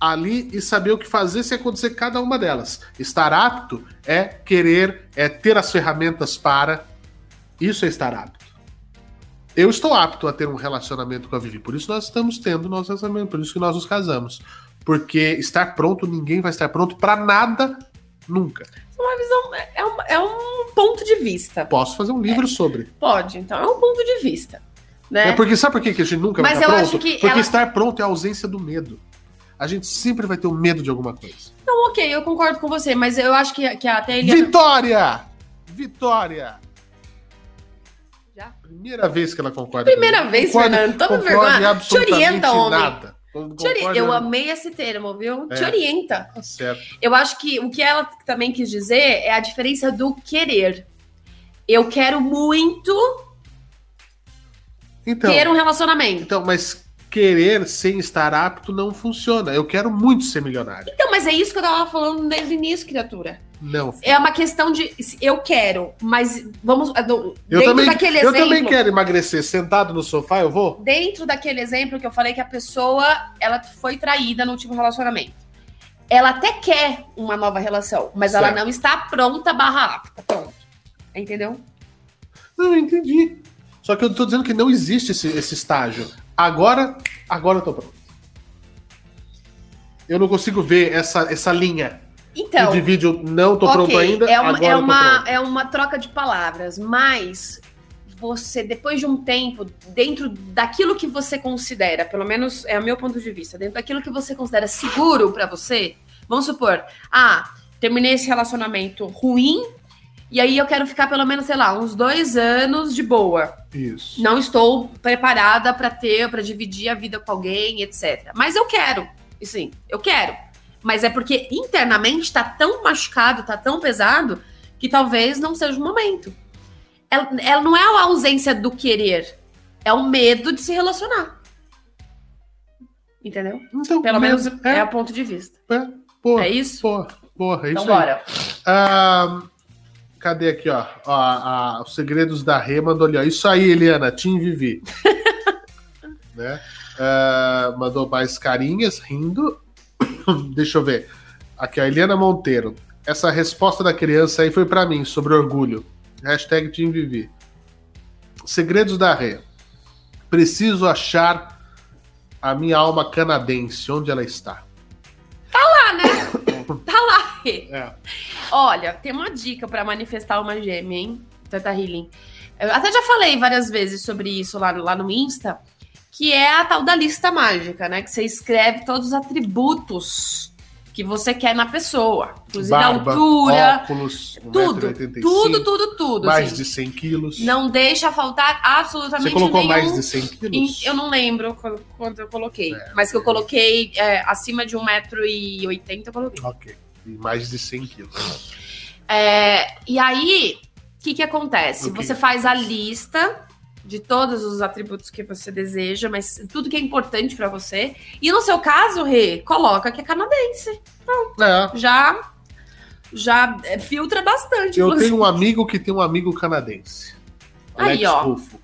Speaker 1: ali e saber o que fazer se acontecer cada uma delas. Estar apto é querer, é ter as ferramentas para. Isso é estar apto. Eu estou apto a ter um relacionamento com a Vivi, por isso nós estamos tendo nosso relacionamento, por isso que nós nos casamos. Porque estar pronto, ninguém vai estar pronto para nada nunca.
Speaker 2: É Uma visão, é, é um, é um ponto de vista.
Speaker 1: Posso fazer um
Speaker 2: É.
Speaker 1: livro sobre.
Speaker 2: Pode, então é um ponto de vista.
Speaker 1: É,
Speaker 2: Né?
Speaker 1: porque sabe por que que a gente nunca
Speaker 2: Mas
Speaker 1: vai estar
Speaker 2: eu
Speaker 1: pronto?
Speaker 2: acho que
Speaker 1: porque
Speaker 2: ela-
Speaker 1: estar pronto é a ausência do medo. A gente sempre vai ter o medo de alguma coisa.
Speaker 2: Então, ok, eu concordo com você, mas eu acho que, que até ele. é
Speaker 1: Vitória! Vitória!
Speaker 2: Já?
Speaker 1: Primeira vez que ela concorda.
Speaker 2: Primeira vez,
Speaker 1: Concordo-
Speaker 2: Fernando, toma
Speaker 1: concorda
Speaker 2: vergonha. Te
Speaker 1: absolutamente
Speaker 2: orienta, homem.
Speaker 1: nada. Quando
Speaker 2: Te ori-
Speaker 1: concorda,
Speaker 2: Eu
Speaker 1: ela-
Speaker 2: amei esse termo, viu?
Speaker 1: É.
Speaker 2: Te orienta.
Speaker 1: Tá certo.
Speaker 2: Eu acho que o que ela também quis dizer é a diferença do querer. Eu quero muito
Speaker 1: Então,
Speaker 2: ter um relacionamento.
Speaker 1: então, mas querer sem estar apto não funciona. Eu quero muito ser milionário.
Speaker 2: Então, mas é isso que eu tava falando desde o início, criatura.
Speaker 1: Não.
Speaker 2: É uma questão de se eu quero, mas vamos. é do-
Speaker 1: Eu,
Speaker 2: dentro
Speaker 1: também,
Speaker 2: daquele
Speaker 1: eu
Speaker 2: exemplo.
Speaker 1: também quero emagrecer sentado no sofá, eu vou?
Speaker 2: Dentro daquele exemplo que eu falei que a pessoa ela foi traída no último relacionamento. Ela até quer uma nova relação, mas ela
Speaker 1: Certo.
Speaker 2: não está pronta barra apta. Pronto. Entendeu?
Speaker 1: Não, eu Ah, entendi. Só que eu tô dizendo que não existe esse, esse estágio. Agora, agora eu tô pronto. Eu não consigo ver essa, essa linha
Speaker 2: Então.
Speaker 1: que divide o não tô
Speaker 2: Ok,
Speaker 1: pronto ainda,
Speaker 2: É uma,
Speaker 1: agora
Speaker 2: é,
Speaker 1: eu tô
Speaker 2: uma,
Speaker 1: pronto.
Speaker 2: é uma troca de palavras, mas você, depois de um tempo, dentro daquilo que você considera, pelo menos é o meu ponto de vista, dentro daquilo que você considera seguro pra você, vamos supor, ah, terminei esse relacionamento ruim. E aí eu quero ficar pelo menos, sei lá, uns dois anos de boa.
Speaker 1: Isso.
Speaker 2: Não estou preparada pra ter, pra dividir a vida com alguém, etc. Mas eu quero. E sim, eu quero. Mas é porque internamente tá tão machucado, tá tão pesado, que talvez não seja o momento. Ela, ela não é a ausência do querer, é o medo de se relacionar. Entendeu?
Speaker 1: Então,
Speaker 2: Pelo menos é,
Speaker 1: É,
Speaker 2: o ponto de vista.
Speaker 1: é, boa,
Speaker 2: É isso?
Speaker 1: boa, boa, é
Speaker 2: então
Speaker 1: isso aí.
Speaker 2: bora.
Speaker 1: Ah, cadê aqui, ó? Ó, a- Os Segredos da Rê mandou ali, ó. Isso aí, Eliana, Tim Vivi. né? ah, mandou mais carinhas rindo. Deixa eu ver. Aqui, a Eliana Monteiro. Essa resposta da criança aí foi para mim, sobre orgulho. Hashtag Team Vivi. Segredos da Rê. Preciso achar a minha alma canadense, onde ela está.
Speaker 2: Tá, né? Tá lá. Rê.
Speaker 1: É.
Speaker 2: Olha, tem uma dica pra manifestar uma gêmea, hein? Teta Healing. Eu até já falei várias vezes sobre isso lá, no- lá no Insta, que é a tal da lista mágica, né? Que você escreve todos os atributos que você quer na pessoa. Inclusive a altura,
Speaker 1: óculos,
Speaker 2: tudo,
Speaker 1: 1,85m,
Speaker 2: tudo, tudo, tudo.
Speaker 1: mais
Speaker 2: assim.
Speaker 1: de 100 quilos.
Speaker 2: Não deixa faltar absolutamente
Speaker 1: Você colocou
Speaker 2: nenhum
Speaker 1: mais de 100
Speaker 2: em-
Speaker 1: quilos?
Speaker 2: eu não lembro qu- quanto eu coloquei, mas que eu coloquei é, acima de 1,80m, eu coloquei.
Speaker 1: Ok. E mais de 100 quilos.
Speaker 2: É, e aí, o que, que acontece?
Speaker 1: O que
Speaker 2: Você
Speaker 1: que
Speaker 2: faz a
Speaker 1: acontece?
Speaker 2: lista de todos os atributos que você deseja, mas tudo que é importante pra você. E no seu caso, Rê, coloca que é canadense.
Speaker 1: É.
Speaker 2: Já, já é, filtra bastante.
Speaker 1: Eu
Speaker 2: inclusive.
Speaker 1: tenho um amigo que tem um amigo canadense. Alex
Speaker 2: assim. Aí, ó.
Speaker 1: Ruffo.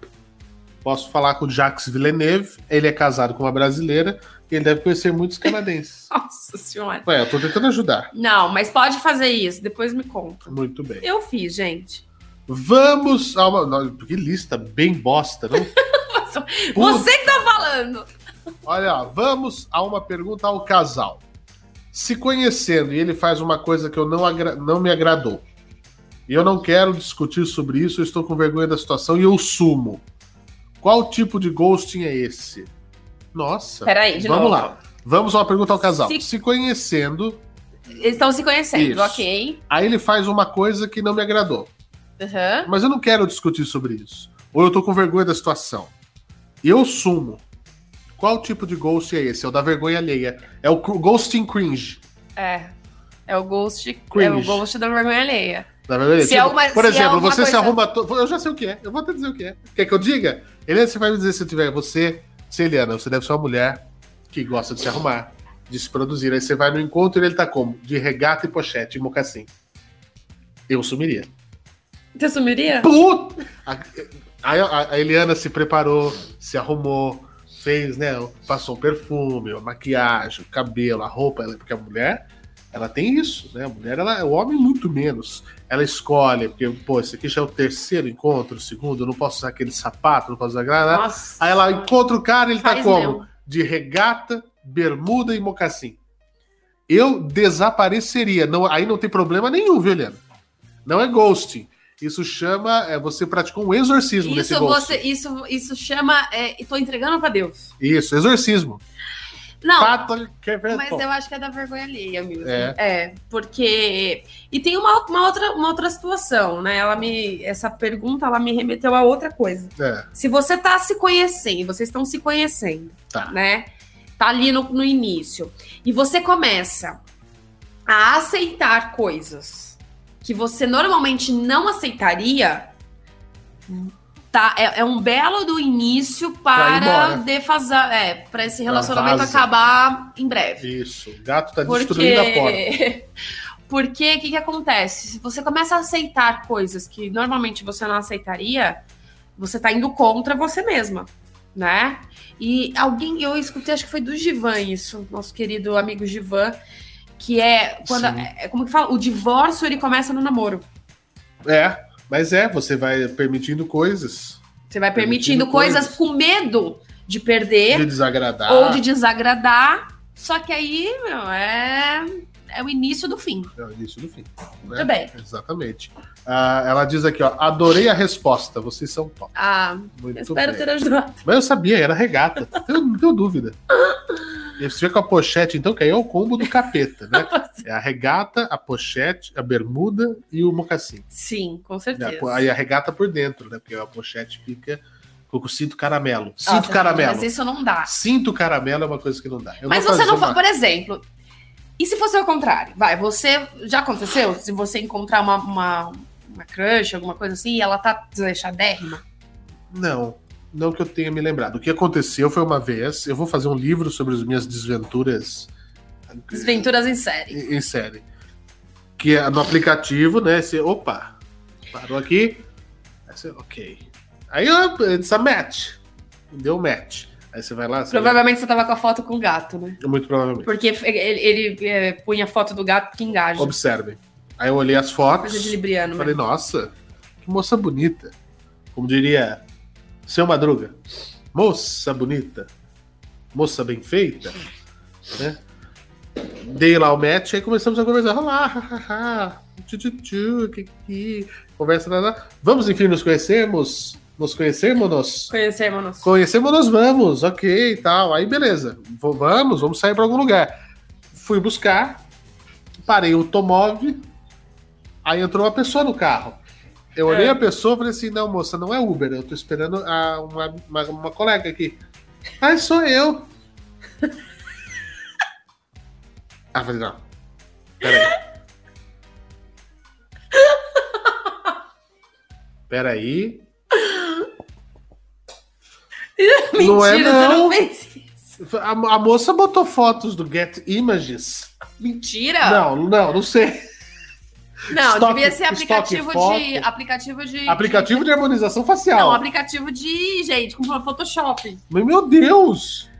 Speaker 1: Posso falar com o Jacques Villeneuve. Ele é casado com uma brasileira e ele deve conhecer muitos canadenses.
Speaker 2: Nossa senhora.
Speaker 1: Ué, eu tô tentando ajudar.
Speaker 2: Não, mas pode fazer isso, depois me conta.
Speaker 1: Muito bem.
Speaker 2: Eu fiz, gente.
Speaker 1: Vamos a uma. Nossa, Que lista bem bosta, não? Puta
Speaker 2: Você que tá falando!
Speaker 1: Olha, vamos a uma pergunta ao casal. Se conhecendo e ele faz uma coisa que eu não, agra- não me agradou, e eu não quero discutir sobre isso, eu estou com vergonha da situação e eu sumo. Qual tipo de ghosting é esse? Nossa.
Speaker 2: Peraí, de
Speaker 1: vamos
Speaker 2: novo.
Speaker 1: lá. Vamos a uma pergunta ao casal.
Speaker 2: Se-
Speaker 1: Se... conhecendo,
Speaker 2: Eles estão se conhecendo,
Speaker 1: Isso.
Speaker 2: ok?
Speaker 1: aí ele faz uma coisa que não me agradou,
Speaker 2: Aham.
Speaker 1: mas eu não quero discutir sobre isso. Ou eu estou com vergonha da situação. Eu sumo. Qual tipo de ghost é esse? É o da vergonha alheia. É o cr- ghosting cringe.
Speaker 2: É. É o ghost, é o
Speaker 1: Cringe.
Speaker 2: ghost da vergonha alheia.
Speaker 1: Na verdade,
Speaker 2: Se
Speaker 1: tipo,
Speaker 2: é uma-
Speaker 1: por
Speaker 2: se é
Speaker 1: exemplo,
Speaker 2: uma
Speaker 1: você se
Speaker 2: coisa-
Speaker 1: arruma todo. Eu já sei o que é, eu vou até dizer o que é. Quer que eu diga? Ele você vai me dizer se eu tiver você, se Eliana, você deve ser uma mulher que gosta de se arrumar, de se produzir. Aí você vai no encontro e ele tá como? De regata e pochete e mocassim. Eu sumiria.
Speaker 2: Você sumiria?
Speaker 1: Puta! A, a- a Eliana se preparou, se arrumou, fez, né? Passou um perfume, a maquiagem, o cabelo, a roupa, ela- porque a mulher, ela tem isso, né? A mulher, ela, o homem, muito menos. Ela escolhe, porque, pô, esse aqui já é o terceiro encontro, o segundo, eu não posso usar aquele sapato, não posso usar nada.
Speaker 2: Nossa.
Speaker 1: Aí ela encontra o cara, ele tá
Speaker 2: Faz
Speaker 1: como?
Speaker 2: mesmo.
Speaker 1: De regata, bermuda e mocassim. Eu desapareceria. Não, aí não tem problema nenhum, viu, Helena? Não é ghosting. Isso chama. É, você praticou um exorcismo nesse
Speaker 2: Isso,
Speaker 1: ghost.
Speaker 2: você, isso, isso chama. É, e tô entregando pra Deus.
Speaker 1: Isso, exorcismo.
Speaker 2: Não,
Speaker 1: Fato que é
Speaker 2: mas eu acho que é da vergonha alheia mesmo.
Speaker 1: É.
Speaker 2: É, porque. E tem uma, uma, outra, uma outra situação, né? Ela me. Essa pergunta ela me remeteu a outra coisa.
Speaker 1: É,
Speaker 2: Se você tá se conhecendo, vocês estão se conhecendo,
Speaker 1: Tá.
Speaker 2: né? Tá ali no, no início. E você começa a aceitar coisas que você normalmente não aceitaria, tá? É, é um belo do início
Speaker 1: ir
Speaker 2: para
Speaker 1: embora.
Speaker 2: defasar, é, para esse relacionamento
Speaker 1: vaza.
Speaker 2: acabar em breve.
Speaker 1: Isso. O gato tá destruindo a porta.
Speaker 2: Porque. Porque o que, que acontece? Se você começa a aceitar coisas que normalmente você não aceitaria, você tá indo contra você mesma, né? E alguém, eu escutei, acho que foi do Givan isso, nosso querido amigo Givan, que é quando.
Speaker 1: Sim.
Speaker 2: é- como que fala? O divórcio ele começa no namoro.
Speaker 1: É, mas é, você vai permitindo coisas
Speaker 2: Você vai permitindo,
Speaker 1: Permitindo
Speaker 2: coisas com medo de perder
Speaker 1: de desagradar.
Speaker 2: ou de desagradar. Só que aí, meu, é, é o início do fim.
Speaker 1: É o início do fim. né?
Speaker 2: Tudo bem.
Speaker 1: Exatamente. Ah, ela diz aqui, ó. Adorei a resposta. Vocês são top.
Speaker 2: Ah,
Speaker 1: Muito
Speaker 2: espero
Speaker 1: bem.
Speaker 2: ter ajudado.
Speaker 1: Mas eu sabia, era regata. Eu não tenho dúvida. E você vê com a pochete, então, que aí é o combo do capeta, né? É a regata, a pochete, a bermuda e o mocassim.
Speaker 2: Sim, com
Speaker 1: E a
Speaker 2: certeza.
Speaker 1: po- É, Aí a regata por dentro, né? Porque a pochete fica com o cinto caramelo. Cinto
Speaker 2: Nossa,
Speaker 1: caramelo.
Speaker 2: Mas isso não dá.
Speaker 1: Cinto caramelo é uma coisa que não dá. Eu
Speaker 2: mas
Speaker 1: vou
Speaker 2: você
Speaker 1: fazer
Speaker 2: não
Speaker 1: uma-
Speaker 2: fala, por exemplo, e se fosse o contrário? Vai, você. Já aconteceu? Se você encontrar uma, uma, uma crush, alguma coisa assim, e ela tá desleixadérrima?
Speaker 1: Não, não que eu tenha me lembrado. O que aconteceu foi uma vez, eu vou fazer um livro sobre as minhas desventuras
Speaker 2: Desventuras em série.
Speaker 1: em em série. Que é no aplicativo, né? Você, opa, parou aqui. Aí você, ok. Aí ó, it's a match. Deu match. Aí você vai lá. Você
Speaker 2: Provavelmente você tava com a foto com o gato, né?
Speaker 1: Muito provavelmente.
Speaker 2: Porque ele, ele é, punha a foto do gato que engaja.
Speaker 1: Observem. Aí eu olhei as
Speaker 2: Coisa de
Speaker 1: fotos.
Speaker 2: libriano.
Speaker 1: Falei,
Speaker 2: Falei,
Speaker 1: nossa, que moça bonita. Como diria seu Madruga. Moça bonita. Moça bem feita. Né? Dei lá o match, aí começamos a conversar. Olá, hahaha. Tchu, tchu, tchu, que que. Conversa, lá, lá. Vamos, enfim, nos conhecermos. Nos conhecermos-nos.
Speaker 2: Conhecemos-nos.
Speaker 1: Conhecemos, nós vamos, ok e tal. Aí beleza, v- vamos, vamos sair para algum lugar. Fui buscar, parei o automóvel, aí entrou uma pessoa no carro. Eu
Speaker 2: É.
Speaker 1: olhei a pessoa e falei assim: não, moça, não é Uber, eu tô esperando a- uma, uma, uma colega aqui. Ah, sou eu. ah, falei, não. Peraí. Peraí.
Speaker 2: Mentira,
Speaker 1: Não é,
Speaker 2: você não
Speaker 1: não.
Speaker 2: fez isso.
Speaker 1: A, a moça botou fotos do Get Images.
Speaker 2: Mentira?
Speaker 1: Não, não, não sei.
Speaker 2: Não,
Speaker 1: Estoque-
Speaker 2: devia ser
Speaker 1: estoque
Speaker 2: aplicativo de.
Speaker 1: foto.
Speaker 2: Aplicativo de.
Speaker 1: Aplicativo de harmonização
Speaker 2: Não,
Speaker 1: facial.
Speaker 2: aplicativo de, gente, com Photoshop.
Speaker 1: Mas, Meu Deus!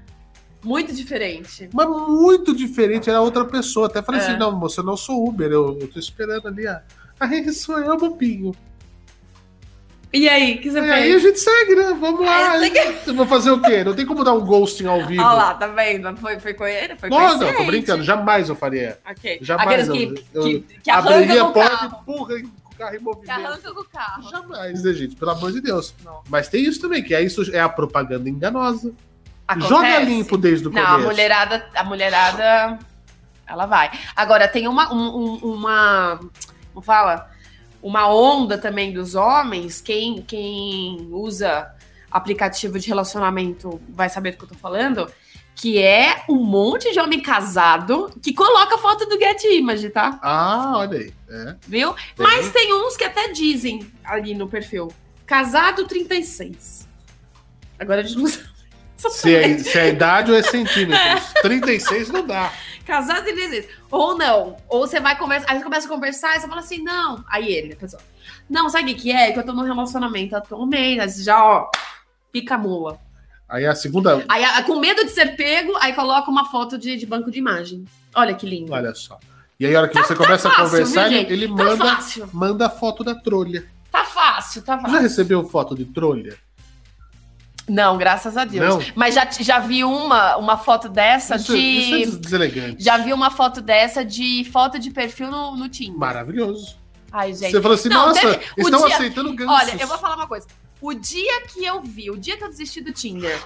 Speaker 2: Muito diferente.
Speaker 1: Mas muito diferente, era outra pessoa. Até falei
Speaker 2: É.
Speaker 1: assim: não, moça, eu não sou Uber, eu, eu tô esperando ali. Ah, aí sou eu, bobinho.
Speaker 2: E aí, o que você
Speaker 1: E aí a
Speaker 2: fez?
Speaker 1: gente segue, né? Vamos lá.
Speaker 2: É,
Speaker 1: Eu Vou fazer o quê? Não tem como dar um ghosting ao vivo.
Speaker 2: Olha lá, é tá vendo? Foi, foi com ele? Foi
Speaker 1: não,
Speaker 2: com
Speaker 1: não, tô brincando, jamais eu faria.
Speaker 2: Ok.
Speaker 1: Jamais.
Speaker 2: Aqueles que,
Speaker 1: eu, eu
Speaker 2: que, que arranca
Speaker 1: abriria
Speaker 2: com
Speaker 1: a
Speaker 2: o
Speaker 1: porta
Speaker 2: carro.
Speaker 1: e empurra o carro em
Speaker 2: Que
Speaker 1: movimento.
Speaker 2: arranca com o carro.
Speaker 1: Jamais, né, gente? Pelo amor de Deus.
Speaker 2: Não.
Speaker 1: Mas tem isso também, que é isso é a propaganda enganosa.
Speaker 2: Acontece.
Speaker 1: Joga limpo desde o
Speaker 2: Não,
Speaker 1: começo.
Speaker 2: a mulherada, a mulherada, ela vai. Agora, tem uma, um- um- uma, como fala? Uma onda também dos homens, quem, quem usa aplicativo de relacionamento vai saber do que eu tô falando, que é um monte de homem casado que coloca foto do Get Image, tá?
Speaker 1: Ah, olha aí. É.
Speaker 2: Viu?
Speaker 1: Tem.
Speaker 2: Mas tem uns que até dizem ali no perfil, casado 36. Agora a gente não sabe.
Speaker 1: Se, é, se é idade ou é centímetros. 36 não dá.
Speaker 2: Casado e desiste. Ou não. Ou você vai conversar. Aí você começa a conversar e você fala assim, não. Aí ele, a pessoa. Não, sabe o que que é? Que eu tô num relacionamento atualmente. Aí você já, ó, pica a mula.
Speaker 1: Aí a segunda.
Speaker 2: Aí, a- com medo de ser pego, aí coloca uma foto de, de banco de imagem. Olha que lindo.
Speaker 1: Olha só. E aí, a hora que você começa
Speaker 2: Tá fácil,
Speaker 1: a conversar,
Speaker 2: viu,
Speaker 1: ele,
Speaker 2: gente?
Speaker 1: ele
Speaker 2: Tá
Speaker 1: manda,
Speaker 2: fácil.
Speaker 1: manda a foto da trolha.
Speaker 2: Tá fácil, tá
Speaker 1: Já
Speaker 2: fácil.
Speaker 1: recebeu foto de trolha?
Speaker 2: Não, graças a Deus.
Speaker 1: Não?
Speaker 2: Mas já, já vi uma, uma foto dessa
Speaker 1: Isso,
Speaker 2: de.
Speaker 1: isso é des- deselegante.
Speaker 2: Já vi uma foto dessa de foto de perfil no, no Tinder.
Speaker 1: Maravilhoso.
Speaker 2: Ai, gente.
Speaker 1: Você falou assim,
Speaker 2: Não,
Speaker 1: nossa,
Speaker 2: deve- o
Speaker 1: estão
Speaker 2: dia-
Speaker 1: aceitando gansos.
Speaker 2: Olha, eu vou falar uma coisa. O dia que eu vi, o dia que eu desisti do Tinder,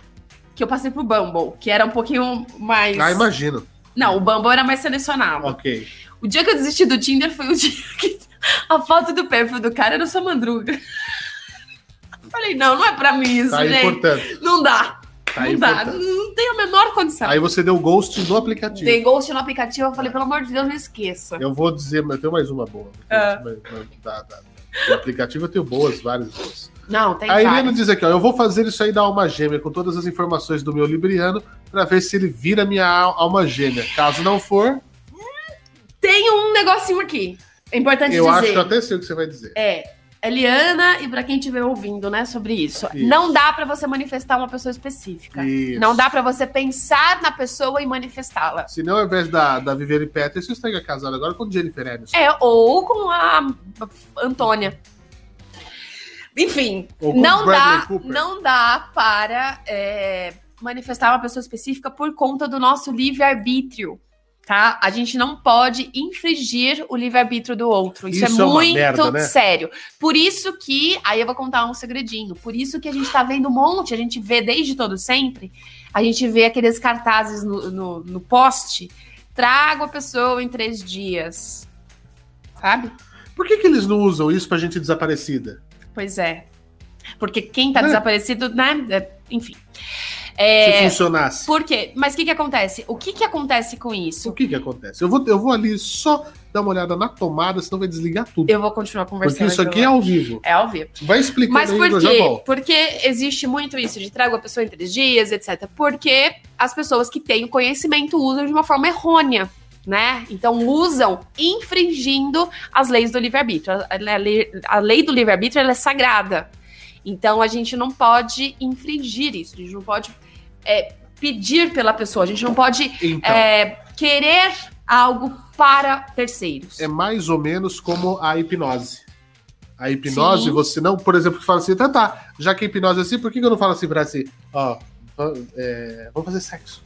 Speaker 2: que eu passei pro Bumble, que era um pouquinho mais.
Speaker 1: Ah, imagino.
Speaker 2: Não, o Bumble era mais selecionado.
Speaker 1: Ok.
Speaker 2: O dia que eu desisti do Tinder foi o dia que a foto do perfil do cara era sua mandruga. Falei, não, não é pra mim isso,
Speaker 1: Tá aí,
Speaker 2: gente.
Speaker 1: portanto.
Speaker 2: Não dá,
Speaker 1: Tá
Speaker 2: não
Speaker 1: aí,
Speaker 2: dá.
Speaker 1: portanto.
Speaker 2: Não tem a menor condição.
Speaker 1: Aí tipo- você deu ghost no aplicativo.
Speaker 2: Dei ghost no aplicativo, eu falei, pelo amor de Deus, não esqueça.
Speaker 1: Eu vou dizer, mas eu tenho mais uma boa.
Speaker 2: Ah.
Speaker 1: Mas- mas da- da- do aplicativo eu tenho boas, várias boas.
Speaker 2: Não, tem
Speaker 1: a
Speaker 2: várias.
Speaker 1: Helena diz aqui, ó, eu vou fazer isso aí da alma gêmea com todas as informações do meu libriano pra ver se ele vira minha al- alma gêmea. Caso não for,
Speaker 2: Tem um negocinho aqui. É importante
Speaker 1: eu
Speaker 2: dizer.
Speaker 1: acho que eu até sei o que você vai dizer.
Speaker 2: É, Eliana, e pra quem estiver ouvindo, né, sobre isso,
Speaker 1: Isso.
Speaker 2: não dá pra você manifestar uma pessoa específica.
Speaker 1: Isso.
Speaker 2: Tá. Não dá pra você pensar na pessoa e manifestá-la.
Speaker 1: Senão, ao invés da, da Viviane Peters, você estaria casado agora com Jennifer Aniston.
Speaker 2: É, ou com a Antônia. Enfim,
Speaker 1: Ou com
Speaker 2: não
Speaker 1: Bradley
Speaker 2: dá,
Speaker 1: Cooper.
Speaker 2: não dá para é, manifestar uma pessoa específica por conta do nosso livre-arbítrio. Tá? A gente não pode infringir o livre-arbítrio do outro. Isso,
Speaker 1: Isso
Speaker 2: é,
Speaker 1: é uma
Speaker 2: muito
Speaker 1: merda, né?
Speaker 2: sério. Por isso que, aí eu vou contar um segredinho, por isso que a gente tá vendo um monte, a gente vê desde todo sempre, a gente vê aqueles cartazes no, no, no poste, trago a pessoa em três dias. Sabe?
Speaker 1: Por que, que eles não usam isso pra gente desaparecida?
Speaker 2: Pois é. Porque quem tá
Speaker 1: É.
Speaker 2: desaparecido, né? é, Enfim. É,
Speaker 1: Se funcionasse.
Speaker 2: por quê? Mas o que, que acontece? O que, que acontece com
Speaker 1: O
Speaker 2: isso?
Speaker 1: que que acontece? Eu vou, eu vou ali só dar uma olhada na tomada, senão vai desligar tudo.
Speaker 2: Eu vou continuar conversando.
Speaker 1: Porque isso aqui é ao vivo.
Speaker 2: é óbvio.
Speaker 1: Vai explicando
Speaker 2: Mas
Speaker 1: aí,
Speaker 2: por
Speaker 1: eu já
Speaker 2: quê?
Speaker 1: volto.
Speaker 2: Porque existe muito isso de trago a pessoa em três dias, etc. Porque as pessoas que têm o conhecimento usam de uma forma errônea, né? Então usam infringindo as leis do livre-arbítrio. A, a lei- a lei do livre-arbítrio ela é sagrada. Então a gente não pode infringir isso, a gente não pode é, pedir pela pessoa, a gente não pode então. é, querer algo para terceiros.
Speaker 1: É mais ou menos como a hipnose. A hipnose, Sim. você não, por exemplo, que fala assim, tá, tá, já que a hipnose é assim, por que eu não falo assim pra si, ó, é, vamos fazer sexo?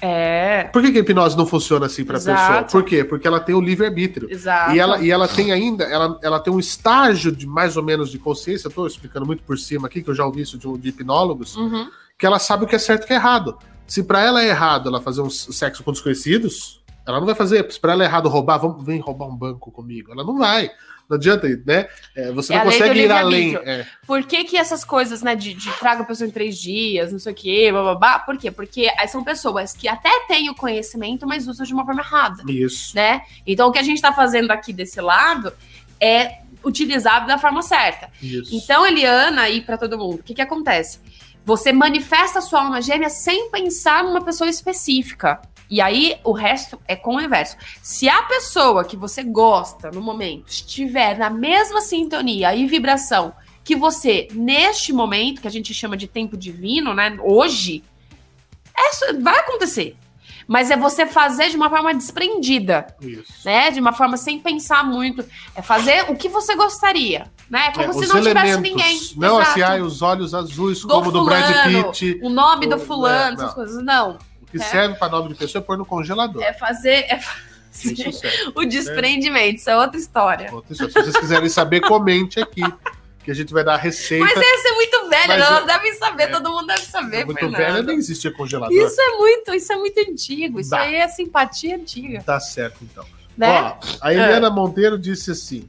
Speaker 2: É.
Speaker 1: Por que, que, a hipnose não funciona assim para a pessoa? Por quê? Porque ela tem o livre-arbítrio. E ela, e ela tem ainda, ela, ela tem um estágio de mais ou menos de consciência, estou explicando muito por cima aqui, que eu já ouvi isso de, de hipnólogos, uhum. que ela sabe o que é certo e o que é errado. Se para ela é errado ela fazer um sexo com desconhecidos, ela não vai fazer. Se para ela é errado roubar, vamos, vem roubar um banco comigo. Ela não vai. Não adianta, né? É, você não é consegue ir além. É.
Speaker 2: Por que, que essas coisas, né, de, de traga a pessoa em três dias, não sei o quê, bababá? Por quê? Porque eh, são pessoas que até têm o conhecimento, mas usam de uma forma errada.
Speaker 1: Isso.
Speaker 2: Né? Então, o que a gente está fazendo aqui desse lado é utilizar da forma certa. Isso. Então, Eliana, aí para todo mundo, o que, que acontece? Você manifesta a sua alma gêmea sem pensar numa pessoa específica. E aí o resto é com o inverso. Se a pessoa que você gosta no momento estiver na mesma sintonia e vibração que você neste momento, que a gente chama de tempo divino, né? Hoje, é, vai acontecer. Mas é você fazer de uma forma desprendida, Isso. né? De uma forma sem pensar muito. É fazer o que você gostaria, né? Como é, se não tivesse ninguém.
Speaker 1: Não Exato. assim, ai, os olhos azuis, do como fulano, do Brad Pitt.
Speaker 2: O nome do fulano, é, essas coisas. Não
Speaker 1: que é. serve para nome de pessoa é pôr no congelador.
Speaker 2: É fazer. É fazer o desprendimento, isso é outra história.
Speaker 1: outra história. é Se vocês quiserem saber, comente aqui. Que a gente vai dar a receita.
Speaker 2: Mas essa é muito velha, nós eu... devem saber, é. todo mundo deve saber. É
Speaker 1: muito Fernanda. velha, nem existia congelador.
Speaker 2: Isso é muito, isso é muito antigo. Isso Dá. aí é simpatia antiga.
Speaker 1: Tá certo, então. Né? Ó, a Eliana Monteiro disse assim: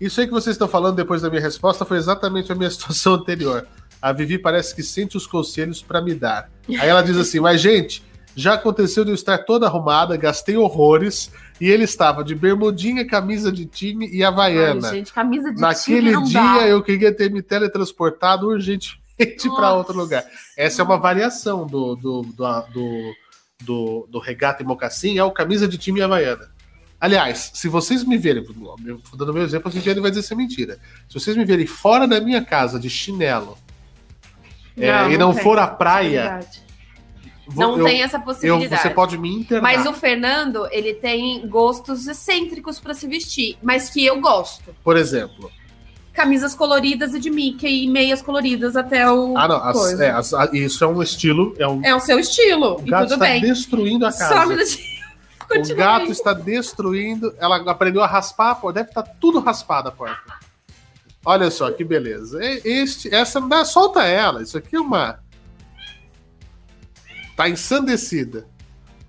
Speaker 1: Isso aí que vocês estão falando depois da minha resposta foi exatamente a minha situação anterior. A Vivi parece que sente os conselhos para me dar. Aí ela diz assim: Mas, gente, já aconteceu de eu estar toda arrumada, gastei horrores, e ele estava de bermudinha, camisa de time e havaiana. Ai,
Speaker 2: gente, camisa de
Speaker 1: Naquele time dia dá. eu queria ter me teletransportado urgentemente para outro lugar. Essa é uma variação do, do, do, do, do, do regata e mocassim, é o camisa de time e havaiana. Aliás, se vocês me verem, dando meu exemplo, vocês verem, vai dizer se é mentira. Se vocês me verem fora da minha casa de chinelo, é, não, e não, não for à praia.
Speaker 2: Vou, não eu, tem essa possibilidade.
Speaker 1: Eu, você pode me internar.
Speaker 2: Mas o Fernando, ele tem gostos excêntricos para se vestir, mas que eu gosto.
Speaker 1: Por exemplo.
Speaker 2: Camisas coloridas e de Mickey e meias coloridas até o.
Speaker 1: Ah, não. As, é, as, a, isso é um estilo. É, um,
Speaker 2: é o seu estilo. O
Speaker 1: gato está bem. destruindo a casa. Só
Speaker 2: um minutinho.
Speaker 1: O gato está destruindo. Ela aprendeu a raspar a porta. Deve estar tudo raspada a porta. Olha só que beleza. Este, essa não dá, solta ela. Isso aqui é uma. Tá ensandecida.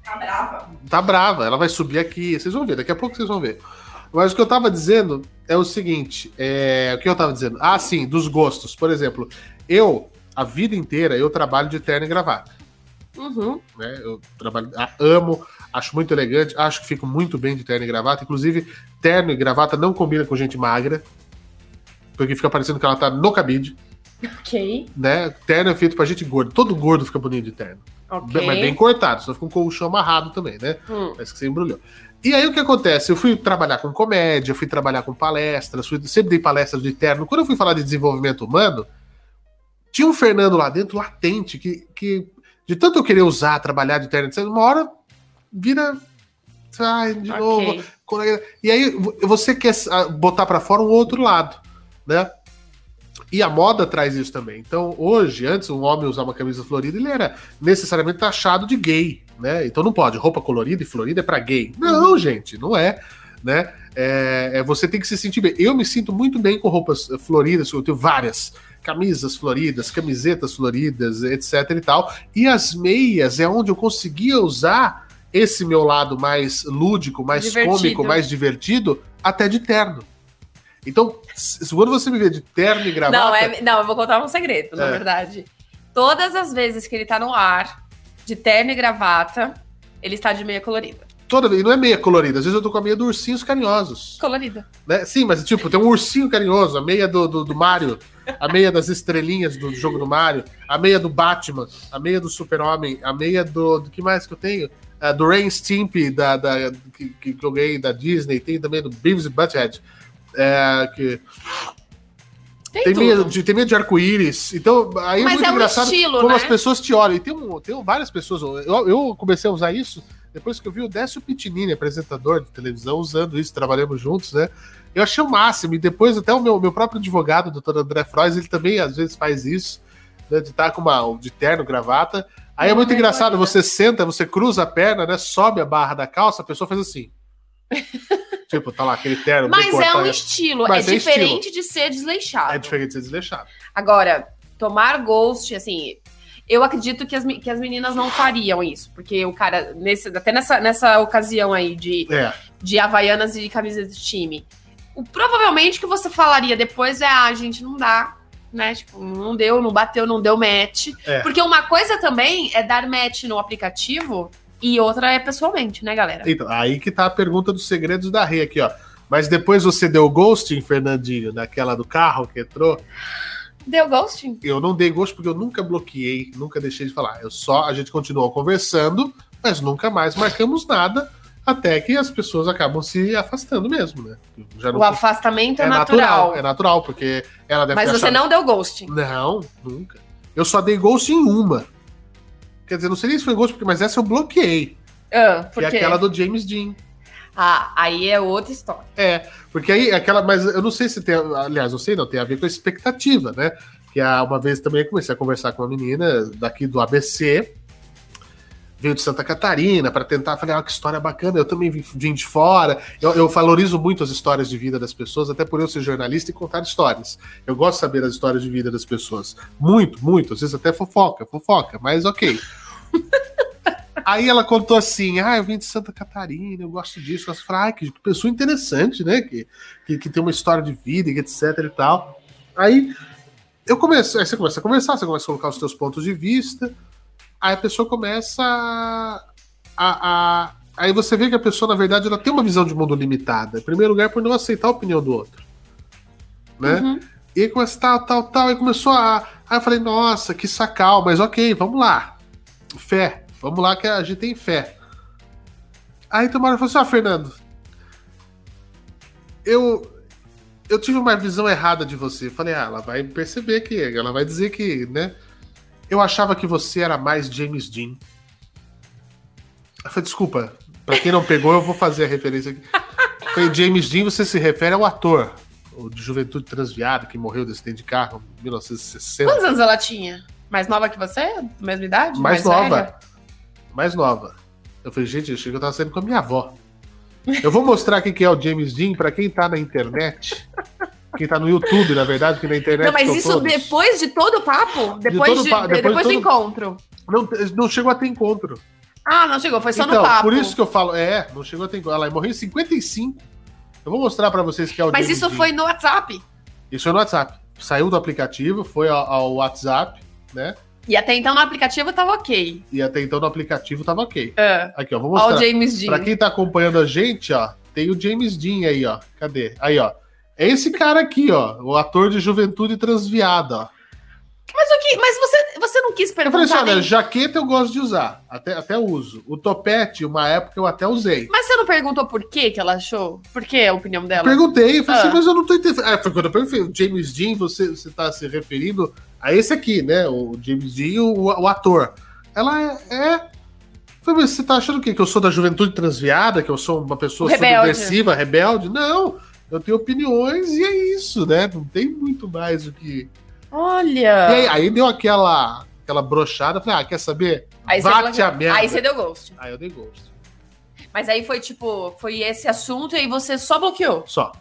Speaker 2: Tá brava.
Speaker 1: Tá brava. Ela vai subir aqui. Vocês vão ver, daqui a pouco vocês vão ver. Mas o que eu tava dizendo é o seguinte: é... o que eu tava dizendo? Ah, sim, dos gostos. Por exemplo, eu, a vida inteira, eu trabalho de terno e gravata.
Speaker 2: Uhum.
Speaker 1: Né? Eu trabalho, amo, acho muito elegante, acho que fico muito bem de terno e gravata. Inclusive, terno e gravata não combina com gente magra porque fica parecendo que ela tá no cabide.
Speaker 2: Ok.
Speaker 1: Né? Terno é feito pra gente gordo. Todo gordo fica bonito de terno.
Speaker 2: Ok.
Speaker 1: mas bem cortado, só fica um colchão amarrado também, né? Hum. Parece que você embrulhou. E aí o que acontece? Eu fui trabalhar com comédia, fui trabalhar com palestras, fui, sempre dei palestras de terno. Quando eu fui falar de desenvolvimento humano, tinha um Fernando lá dentro, latente, que, que de tanto eu querer usar, trabalhar de terno, uma hora vira ai, de okay. novo. E aí você quer ah, botar para fora um outro lado né? E a moda traz isso também. Então, hoje, antes um homem usar uma camisa florida, ele era necessariamente taxado de gay, né? Então não pode, roupa colorida e florida é para gay. Não, uhum. gente, não é, né? É, é, você tem que se sentir bem. Eu me sinto muito bem com roupas floridas, eu tenho várias camisas floridas, camisetas floridas, etc e tal. E as meias é onde eu conseguia usar esse meu lado mais lúdico, mais divertido. cômico, mais divertido, até de terno. Então, quando você me vê de terno e gravata...
Speaker 2: Não, é, não eu vou contar um segredo, é. na verdade. Todas as vezes que ele tá no ar, de terno e gravata, ele está de meia colorida.
Speaker 1: Toda vez, não é meia colorida, às vezes eu tô com a meia dos ursinhos carinhosos.
Speaker 2: Colorida.
Speaker 1: Né? Sim, mas tipo, tem um ursinho carinhoso, a meia do, do, do Mario, a meia das estrelinhas do jogo do Mario, a meia do Batman, a meia do Super-Homem, a meia do, do. que mais que eu tenho? A do Rain Stimpy, da, da, que, que eu ganhei da Disney, tem também do Beavis e Butthead. É, que... Tem, tem medo, de, tem medo de arco-íris. Então, aí
Speaker 2: Mas
Speaker 1: é muito
Speaker 2: é um
Speaker 1: engraçado
Speaker 2: estilo,
Speaker 1: como
Speaker 2: né?
Speaker 1: as pessoas te olham. E tem, um, tem várias pessoas. Eu, eu comecei a usar isso depois que eu vi o Décio Pitinini, apresentador de televisão, usando isso, trabalhamos juntos, né? Eu achei o máximo. E depois, até o meu, meu próprio advogado, o doutor André Frois, ele também às vezes faz isso, né? De estar com uma de terno, gravata. Aí é
Speaker 2: Não,
Speaker 1: muito
Speaker 2: é
Speaker 1: engraçado,
Speaker 2: olha.
Speaker 1: você senta, você cruza a perna, né? Sobe a barra da calça, a pessoa faz assim. tipo, tá lá aquele terno. bem
Speaker 2: Mas é um
Speaker 1: cortado.
Speaker 2: estilo,
Speaker 1: Mas
Speaker 2: é,
Speaker 1: é
Speaker 2: diferente de ser desleixado.
Speaker 1: É diferente de ser desleixado.
Speaker 2: Agora, tomar ghost, assim, eu acredito que as, me- que as meninas não fariam isso, porque o cara, nesse, até nessa, nessa ocasião aí de,
Speaker 1: É.
Speaker 2: de Havaianas e de camisas de time, o, provavelmente o que você falaria depois é, ah, gente, não dá. Né? Tipo, não deu, não bateu, não deu match.
Speaker 1: É.
Speaker 2: Porque uma coisa também é dar match no aplicativo e outra é pessoalmente, né, galera?
Speaker 1: Então, aí que tá a pergunta dos segredos da Rei aqui, ó. Mas depois você deu ghosting, Fernandinho, naquela do carro que entrou.
Speaker 2: Deu ghosting?
Speaker 1: Eu não dei ghost porque eu nunca bloqueei, nunca deixei de falar. Eu só a gente continuou conversando, mas nunca mais marcamos nada até que as pessoas acabam se afastando mesmo, né? Já
Speaker 2: O afastamento é, natural.
Speaker 1: É natural, porque ela deve
Speaker 2: Mas
Speaker 1: ter
Speaker 2: você
Speaker 1: achado-
Speaker 2: não deu ghosting.
Speaker 1: Não, nunca. Eu só dei ghost em uma. Quer dizer, não sei nem se foi ghost, porque- mas essa eu bloqueei.
Speaker 2: Ah, por
Speaker 1: Que é
Speaker 2: quê?
Speaker 1: aquela do James Dean.
Speaker 2: Ah, aí é outra história.
Speaker 1: É, porque aí aquela. Mas eu não sei se tem. Aliás, não sei, não, tem a ver com a expectativa, né? Que a- uma vez também eu comecei a conversar com uma menina daqui do ABC, veio de Santa Catarina, para tentar. Falei, ah, que história bacana, eu também vim, vim de fora. Eu, eu valorizo muito as histórias de vida das pessoas, até por eu ser jornalista e contar histórias. Eu gosto de saber as histórias de vida das pessoas. Muito, muito. Às vezes até fofoca, fofoca, mas ok. Aí ela contou assim: ah, eu vim de Santa Catarina, eu gosto disso. Eu falei, ah, que pessoa interessante, né? Que, que, que tem uma história de vida, e etc e tal. Aí eu começo, aí você começa a conversar, você começa a colocar os seus pontos de vista, aí a pessoa começa a. a- a- aí você vê que a pessoa, na verdade, ela tem uma visão de mundo limitada. Em primeiro lugar, por não aceitar a opinião do outro. Né?
Speaker 2: Uhum.
Speaker 1: E aí começa tal, tal, tal. E começou a. Aí eu falei, nossa, que sacal, mas ok, vamos lá. Fé. Vamos lá que a gente tem fé. Aí tem uma hora que eu falei assim, ah, Fernando. Eu. Eu tive uma visão errada de você. Eu Falei, ah, ela vai perceber que. Ela vai dizer que, né? Eu achava que você era mais James Dean. Eu falei, desculpa, pra quem não pegou, eu vou fazer a referência aqui. Eu Falei, James Dean, você se refere ao ator, o de juventude transviado, que morreu desse acidente de carro em 1960.
Speaker 2: Quantos anos ela tinha? Mais nova que você? Mesma idade?
Speaker 1: Mais
Speaker 2: velha?
Speaker 1: nova. Mais nova. Eu falei, gente, eu achei que eu tava saindo com a minha avó. Eu vou mostrar quem que é o James Dean pra quem tá na internet. Quem tá no YouTube, na verdade, que na internet.
Speaker 2: Não, mas
Speaker 1: são
Speaker 2: isso
Speaker 1: todos.
Speaker 2: depois de todo o papo? Depois,
Speaker 1: todo
Speaker 2: de-
Speaker 1: o papo,
Speaker 2: de-
Speaker 1: depois
Speaker 2: depois do
Speaker 1: todo-
Speaker 2: encontro?
Speaker 1: Não, não chegou a ter encontro.
Speaker 2: Ah, não chegou, foi só
Speaker 1: então,
Speaker 2: no papo.
Speaker 1: por isso que eu falo, é, não chegou a ter encontro. Ela morreu em 55. Eu vou mostrar pra vocês que é o
Speaker 2: Mas
Speaker 1: James
Speaker 2: isso
Speaker 1: Dean.
Speaker 2: foi no WhatsApp.
Speaker 1: Isso foi no WhatsApp. Saiu do aplicativo, foi ao, ao WhatsApp, né?
Speaker 2: E até então no aplicativo tava ok.
Speaker 1: E até então no aplicativo tava ok.
Speaker 2: Ah,
Speaker 1: Aqui, ó, vou
Speaker 2: Ó, o
Speaker 1: mostrar.
Speaker 2: James Dean.
Speaker 1: Pra quem tá acompanhando a gente, ó, tem o James Dean aí, ó. Cadê? Aí, ó. É esse cara aqui, ó. O ator de juventude transviada, ó.
Speaker 2: Mas o que? Mas você, você não quis
Speaker 1: Eu falei assim:
Speaker 2: perguntar.
Speaker 1: olha,
Speaker 2: nem-
Speaker 1: jaqueta eu gosto de usar. Até, até uso. O topete, uma época eu até usei.
Speaker 2: Mas você não perguntou por que que ela achou? Por que a opinião dela?
Speaker 1: Perguntei, eu falei
Speaker 2: Ah.
Speaker 1: assim, mas eu não tô entendendo. Ah, foi quando eu perguntei, James Dean, você, você tá se referindo a esse aqui, né? O James Dean, o, o ator. Ela é. é... Eu Falei, mas você tá achando o quê? Que eu sou da juventude transviada, que eu sou uma pessoa
Speaker 2: Rebelde.
Speaker 1: subversiva, rebelde? Não! Eu tenho opiniões e é isso, né? Não tem muito mais o que.
Speaker 2: Olha.
Speaker 1: E aí, aí deu aquela, aquela brochada, falei, ah, quer saber?
Speaker 2: Aí você
Speaker 1: Bate
Speaker 2: falou-
Speaker 1: a merda.
Speaker 2: Aí você deu ghost.
Speaker 1: Aí eu dei gosto.
Speaker 2: Mas aí foi tipo, foi esse assunto e aí você só bloqueou.
Speaker 1: Só.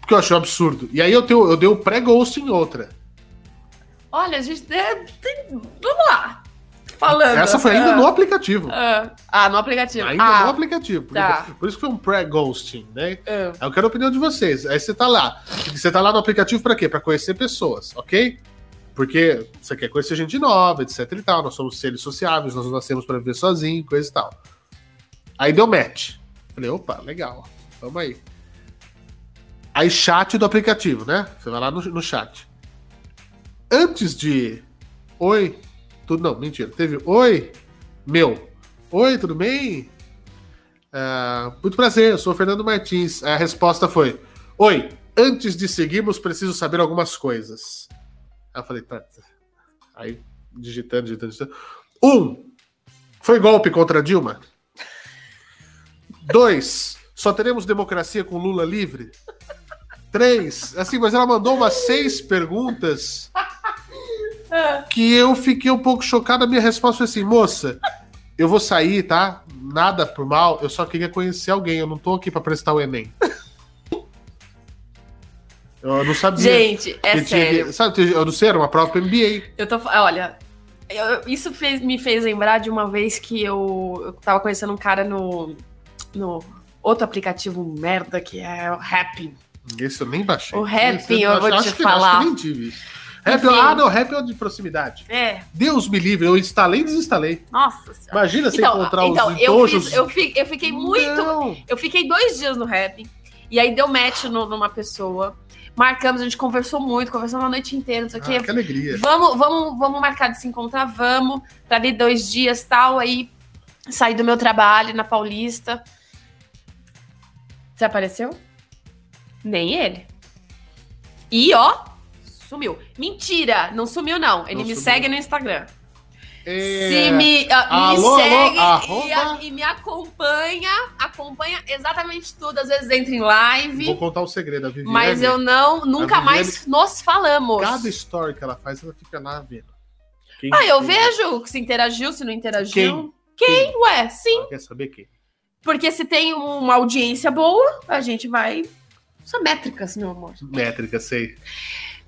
Speaker 1: Porque eu achei um absurdo. E aí eu, tenho, eu dei o pré-ghost em outra.
Speaker 2: Olha, a gente. é, tem- vamos lá. Falando.
Speaker 1: Essa foi ainda
Speaker 2: Ah,
Speaker 1: no aplicativo.
Speaker 2: ah, ah, no aplicativo.
Speaker 1: Ainda
Speaker 2: ah,
Speaker 1: no aplicativo. Por,
Speaker 2: tá.
Speaker 1: exemplo. Por isso que foi um pré-ghosting, né?
Speaker 2: ah.
Speaker 1: Eu quero a opinião de vocês. Aí você tá lá. Você tá lá no aplicativo pra quê? Pra conhecer pessoas, ok? Porque você quer conhecer gente nova, etc e tal. Nós somos seres sociáveis, nós nascemos pra viver sozinho, coisa e tal. Aí deu match. Falei, opa, legal. Vamos aí. Aí chat do aplicativo, né? Você vai lá no, no chat. Antes de oi, tudo não, mentira. Teve oi, meu. Oi, tudo bem? Ah, muito prazer, eu sou o Fernando Martins. Aí a resposta foi: Oi, antes de seguirmos, preciso saber algumas coisas. Aí eu falei, tá. Aí, digitando, digitando, digitando. Um, foi golpe contra Dilma? Dois, só teremos democracia com Lula livre? Três, assim, mas ela mandou umas seis perguntas que eu fiquei um pouco chocado. A minha resposta foi assim, moça, eu vou sair, tá? Nada por mal, eu só queria conhecer alguém, eu não tô aqui pra prestar o Enem. Eu não sabia.
Speaker 2: Gente, é
Speaker 1: que
Speaker 2: sério.
Speaker 1: tinha, sabe, eu não sei, era uma prova pro MBA.
Speaker 2: Eu tô. fa- Olha, eu- isso fez- me fez lembrar de uma vez que eu, eu tava conhecendo um cara no, no outro aplicativo merda que é o Happy.
Speaker 1: Esse eu nem baixei.
Speaker 2: O rap,
Speaker 1: Esse
Speaker 2: eu vou
Speaker 1: acho-
Speaker 2: te
Speaker 1: acho que-
Speaker 2: falar.
Speaker 1: acho que nem tive. Rap,
Speaker 2: Enfim.
Speaker 1: ah, não, rap é o de proximidade.
Speaker 2: É,
Speaker 1: Deus me livre, eu instalei e desinstalei.
Speaker 2: nossa senhora.
Speaker 1: Imagina você encontrar os
Speaker 2: Então, eu,
Speaker 1: itojos.
Speaker 2: fiz, eu, fi- eu fiquei muito.
Speaker 1: Não.
Speaker 2: Eu fiquei dois dias no Happy. E aí deu match no- numa pessoa. Marcamos, a gente conversou muito, conversamos a noite inteira, não sei o
Speaker 1: Ah,
Speaker 2: quê.
Speaker 1: que alegria.
Speaker 2: Vamos, vamos, vamos marcar de se encontrar, vamos. Pra ali dois dias tal, aí saí do meu trabalho na Paulista. Desapareceu? Nem ele. E ó, sumiu. Mentira, não sumiu não. Ele
Speaker 1: Não
Speaker 2: me
Speaker 1: sumiu.
Speaker 2: segue no Instagram.
Speaker 1: É,
Speaker 2: Se me, ah, me
Speaker 1: Alô, alô,
Speaker 2: segue e,
Speaker 1: arroba.
Speaker 2: a- e me acompanha, acompanha exatamente tudo. Às vezes entra em live,
Speaker 1: Vou contar o um segredo, a Viviane.
Speaker 2: mas eu não, nunca
Speaker 1: Viviane-
Speaker 2: mais nos falamos.
Speaker 1: Cada story que ela faz, ela fica lá vendo. Quem-
Speaker 2: Ah, eu
Speaker 1: quem-
Speaker 2: vejo tá se interagiu, se não interagiu.
Speaker 1: Quem?
Speaker 2: Quem? Ué, sim.
Speaker 1: Ela quer saber quem?
Speaker 2: Porque se tem um, uma audiência boa, a gente vai. São métricas, meu amor.
Speaker 1: Métrica, sei.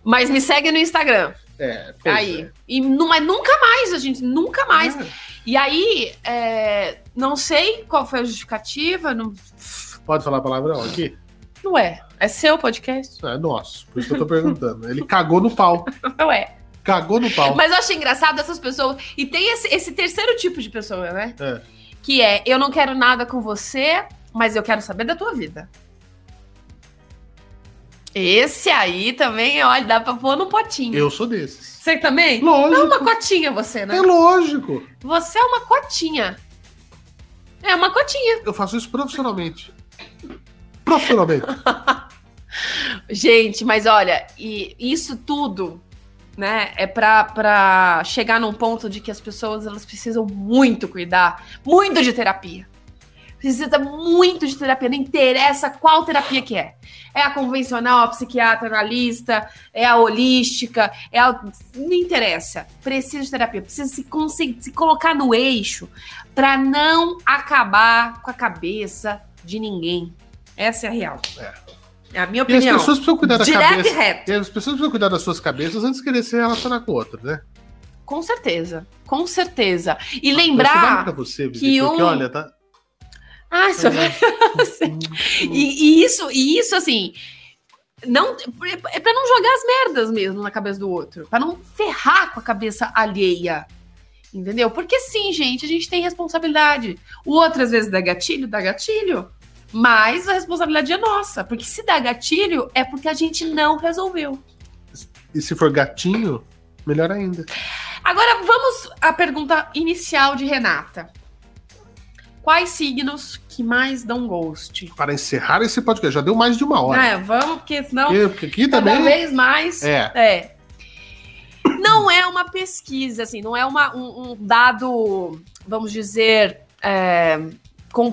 Speaker 2: Mas me segue no Instagram.
Speaker 1: É, pois
Speaker 2: aí.
Speaker 1: é.
Speaker 2: E nu- mas nunca mais, a gente, nunca mais.
Speaker 1: Ah,
Speaker 2: E aí, é, não sei qual foi a justificativa. Não,
Speaker 1: pode falar palavrão aqui?
Speaker 2: não é. É seu podcast?
Speaker 1: É nosso, por isso que eu tô perguntando. Ele cagou no pau.
Speaker 2: Não é.
Speaker 1: Cagou no pau.
Speaker 2: Mas eu achei engraçado essas pessoas. E tem esse, esse terceiro tipo de pessoa, né?
Speaker 1: É.
Speaker 2: Que é: eu não quero nada com você, mas eu quero saber da tua vida. Esse aí também, olha, dá pra pôr no potinho.
Speaker 1: Eu sou desses.
Speaker 2: Você também? É
Speaker 1: Lógico.
Speaker 2: uma cotinha você, né?
Speaker 1: É lógico.
Speaker 2: Você é uma cotinha. É uma cotinha.
Speaker 1: Eu faço isso profissionalmente. Profissionalmente.
Speaker 2: Gente, mas olha, e isso tudo, né, é pra, pra chegar num ponto de que as pessoas, elas precisam muito cuidar, muito de terapia. Precisa muito de terapia, não interessa qual terapia que é. É a convencional, a psiquiatra, analista, é a holística, é a... Não interessa. Precisa de terapia, precisa se, conce- se colocar no eixo pra não acabar com a cabeça de ninguém. Essa é a real. É, a minha
Speaker 1: E as
Speaker 2: opinião.
Speaker 1: pessoas precisam cuidar da
Speaker 2: Direto e
Speaker 1: Tá cabeça.
Speaker 2: reto.
Speaker 1: E as pessoas precisam cuidar das suas cabeças antes de querer se relacionar com o outro, né?
Speaker 2: Com certeza. Com certeza. E
Speaker 1: Isso vale
Speaker 2: lembrar.
Speaker 1: pra você, Vivi,
Speaker 2: que
Speaker 1: porque
Speaker 2: um-
Speaker 1: olha, tá.
Speaker 2: Ah, isso
Speaker 1: é
Speaker 2: vai. E, e isso, e isso assim. Não, é pra não jogar as merdas mesmo na cabeça do outro. Pra não ferrar com a cabeça alheia. Entendeu? Porque sim, gente, a gente tem responsabilidade. O outro, às vezes, dá gatilho, dá gatilho. Mas a responsabilidade é nossa. Porque se dá gatilho, é porque a gente não resolveu.
Speaker 1: E se for gatinho, melhor ainda.
Speaker 2: Agora vamos à pergunta inicial de Renata. Quais signos que mais dão ghost?
Speaker 1: Para encerrar esse podcast, já deu mais de uma hora.
Speaker 2: É, vamos, porque senão
Speaker 1: Porque- Porque aqui
Speaker 2: cada
Speaker 1: também.
Speaker 2: vez mais.
Speaker 1: É.
Speaker 2: É. Não é uma pesquisa, assim, não é uma- um, um dado, vamos dizer, é,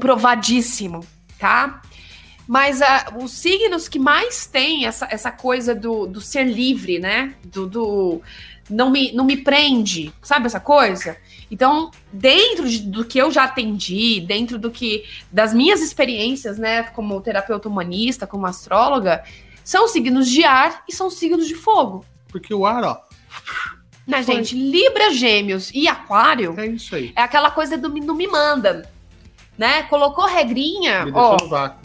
Speaker 2: comprovadíssimo, tá? Mas ah, os signos que mais têm essa, essa coisa do, do ser livre, né? Do, do- não, me, não me prende, sabe essa coisa? Então, dentro de- do que eu já atendi, dentro do que das minhas experiências, né, como terapeuta humanista, como astróloga, são signos de ar e são signos de fogo.
Speaker 1: Porque o ar, ó,
Speaker 2: Né,
Speaker 1: Foi.
Speaker 2: gente? Libra, Gêmeos e Aquário
Speaker 1: é isso aí.
Speaker 2: é aquela coisa do me- não me manda. Né? Colocou regrinha,
Speaker 1: Me deixou
Speaker 2: ó,
Speaker 1: no vácuo.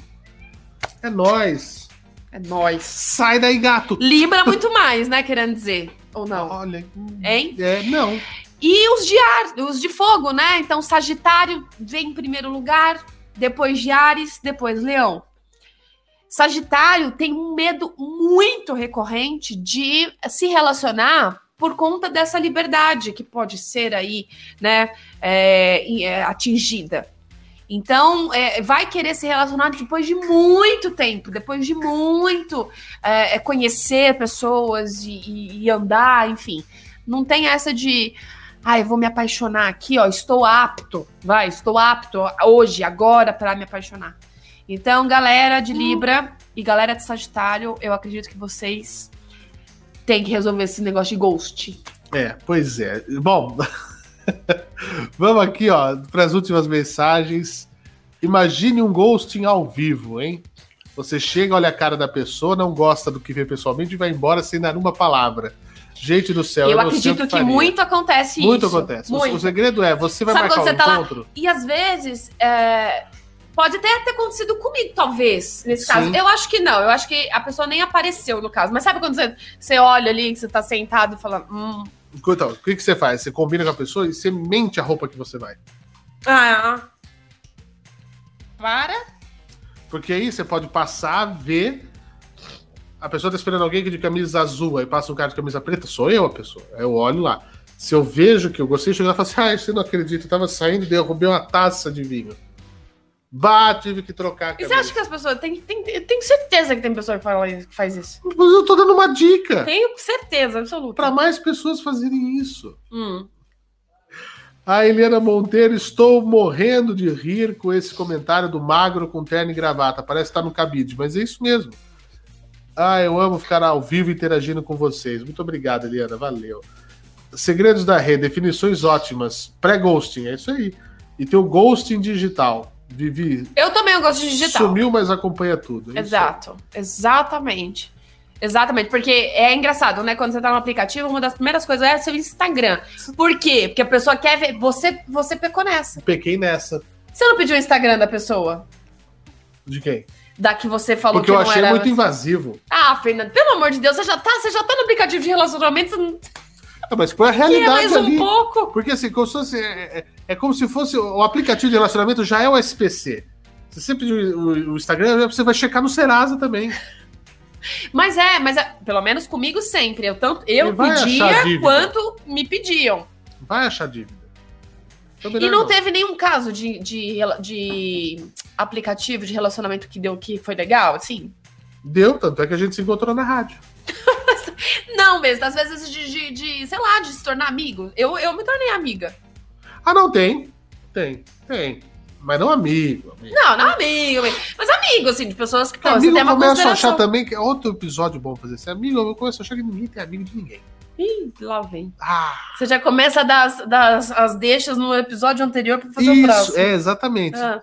Speaker 1: É nóis.
Speaker 2: é nós.
Speaker 1: Sai daí, gato.
Speaker 2: Libra muito mais, né, querendo dizer. Ou não.
Speaker 1: Olha.
Speaker 2: Hein?
Speaker 1: É, não.
Speaker 2: E os de ar, os de fogo, né? Então, Sagitário vem em primeiro lugar, depois de Ares, depois Leão. Sagitário tem um medo muito recorrente de se relacionar por conta dessa liberdade que pode ser aí, né, é, e- é, atingida. Então, é, vai querer se relacionar depois de muito tempo, depois de muito é, conhecer pessoas e, e, e andar, enfim. Não tem essa de ah, eu vou me apaixonar aqui, ó, estou apto, vai, estou apto hoje, agora para me apaixonar. Então, galera de Libra e galera de Sagitário, eu acredito que vocês têm que resolver esse negócio de ghost.
Speaker 1: É, pois é. Bom, vamos aqui, ó, para as últimas mensagens. Imagine um ghosting ao vivo, hein? Você chega, olha a cara da pessoa, não gosta do que vê pessoalmente e vai embora sem dar uma palavra. Gente do céu,
Speaker 2: eu, eu acredito que faria. muito acontece
Speaker 1: muito
Speaker 2: isso.
Speaker 1: Acontece. Muito acontece. O segredo é, você vai Sabe marcar você um tá encontro... Lá?
Speaker 2: E às vezes, é... pode até ter acontecido comigo, talvez, nesse Sim. caso. Eu acho que não, eu acho que a pessoa nem apareceu no caso. Mas sabe quando você, você olha ali, que você tá sentado e fala... Hum.
Speaker 1: Então, o que, que você faz? Você combina com a pessoa e você mente a roupa que você vai.
Speaker 2: Ah... Para...
Speaker 1: Porque aí você pode passar a ver a pessoa tá esperando alguém que de camisa azul, aí passa um cara de camisa preta, sou eu a pessoa. Aí eu olho lá. Se eu vejo que eu gostei, chega lá e falo assim: ah, você não acredita, eu tava saindo e derrubei uma taça de vinho. Bah, tive que trocar.
Speaker 2: E você acha que as pessoas. Tem, tem, eu tenho certeza que tem pessoa que, fala, que faz isso.
Speaker 1: Mas eu tô dando uma dica.
Speaker 2: Tenho certeza, absoluta.
Speaker 1: Pra mais pessoas fazerem isso. Hum. A Ah, Helena Monteiro, estou morrendo de rir com esse comentário do magro com terno e gravata. Parece que tá no cabide, mas é isso mesmo. Ah, eu amo ficar ao vivo interagindo com vocês. Muito obrigado, Eliana. Valeu. Segredos da rede, definições ótimas. Pré-ghosting, é isso aí. E tem o ghosting digital. Vivi.
Speaker 2: Eu também o ghosting digital.
Speaker 1: Sumiu, mas acompanha tudo.
Speaker 2: É Exato. Exatamente. Exatamente, porque é engraçado, né? Quando você tá no aplicativo, uma das primeiras coisas é seu Instagram. Por quê? Porque a pessoa quer ver. Você, você pecou nessa.
Speaker 1: Pequei nessa.
Speaker 2: Você não pediu o Instagram da pessoa?
Speaker 1: De quem?
Speaker 2: da que você falou
Speaker 1: Porque
Speaker 2: que
Speaker 1: eu achei era... muito invasivo.
Speaker 2: Ah, Fernando, pelo amor de Deus, você já tá, você já tá no aplicativo de relacionamento. Não...
Speaker 1: É, mas foi a realidade. Mais
Speaker 2: um ali. pouco.
Speaker 1: Porque assim, como fosse, é, é, como se fosse. O aplicativo de relacionamento já é o SPC. Se você pedir o, o Instagram, você vai checar no Serasa também.
Speaker 2: Mas é, mas é, pelo menos comigo sempre. Eu, tanto, eu pedia quanto me pediam.
Speaker 1: Vai achar dívida. Então,
Speaker 2: E não, não, teve nenhum caso de, de, de, aplicativo de relacionamento que deu que foi legal, assim?
Speaker 1: Deu, tanto é que a gente se encontrou na rádio.
Speaker 2: não mesmo, às vezes de, de, de, sei lá, de se tornar amigo. Eu, eu me tornei amiga.
Speaker 1: Ah, não, tem. Tem, tem. Mas não amigo. amigo.
Speaker 2: Não, não amigo, amigo, Mas amigo, assim, de pessoas que. Pô,
Speaker 1: amigo eu começo a achar também que é outro episódio bom fazer. Se é amigo, eu começo a achar que ninguém tem amigo de ninguém.
Speaker 2: Ih, lá vem. Ah, Você já começa a dar as, das, as deixas no episódio anterior para fazer isso, o próximo.
Speaker 1: É, exatamente. Ah.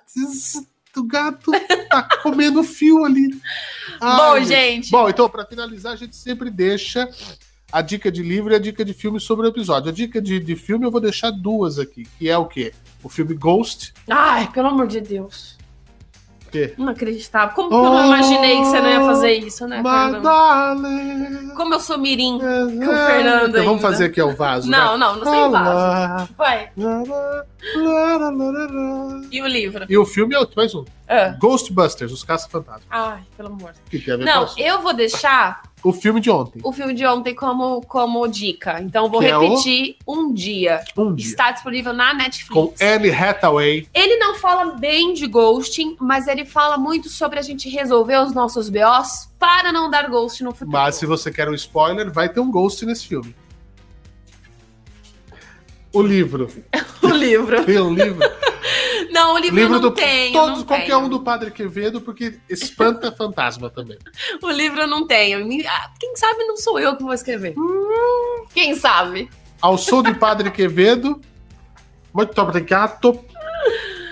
Speaker 1: O gato tá comendo fio ali.
Speaker 2: Ai, Bom, gente.
Speaker 1: Ah, Bom, então, para finalizar, a gente sempre deixa a dica de livro e a dica de filme sobre o episódio. A dica de, de filme eu vou deixar duas aqui, que é o quê? O filme Ghost.
Speaker 2: Ai, pelo amor de Deus. Que? Não acreditava. Como oh, que eu não imaginei que você não ia fazer isso,
Speaker 1: Oh,
Speaker 2: né, Fernando? Como eu sou mirim com o Fernando então,
Speaker 1: Vamos fazer aqui é o vaso,
Speaker 2: Não, né? não, não sei vaso. Vai. E o livro?
Speaker 1: E o filme é mais um. Ah. Ghostbusters, Os Caça-Fantasmas.
Speaker 2: Ai, pelo amor.
Speaker 1: Que tem a ver
Speaker 2: não, eu vou deixar...
Speaker 1: o filme de ontem.
Speaker 2: O filme de ontem como, como dica. Então, vou que repetir é o... Um Dia.
Speaker 1: Um Dia.
Speaker 2: Está disponível na Netflix.
Speaker 1: Com Anne Hathaway.
Speaker 2: Ele não fala bem de ghosting, mas ele fala muito sobre a gente resolver os nossos BOs para não dar ghost no futuro.
Speaker 1: Mas se você quer um spoiler, vai ter um ghost nesse filme. O livro.
Speaker 2: o livro.
Speaker 1: Tem um livro.
Speaker 2: Não, o livro, livro não do, tenho.
Speaker 1: Todos,
Speaker 2: não
Speaker 1: qualquer
Speaker 2: tenho.
Speaker 1: um do Padre Quevedo, porque espanta fantasma também.
Speaker 2: O livro eu não tenho. ah, Quem sabe não sou eu que vou escrever. Hum, quem sabe?
Speaker 1: Ao som de Padre Quevedo, muito obrigado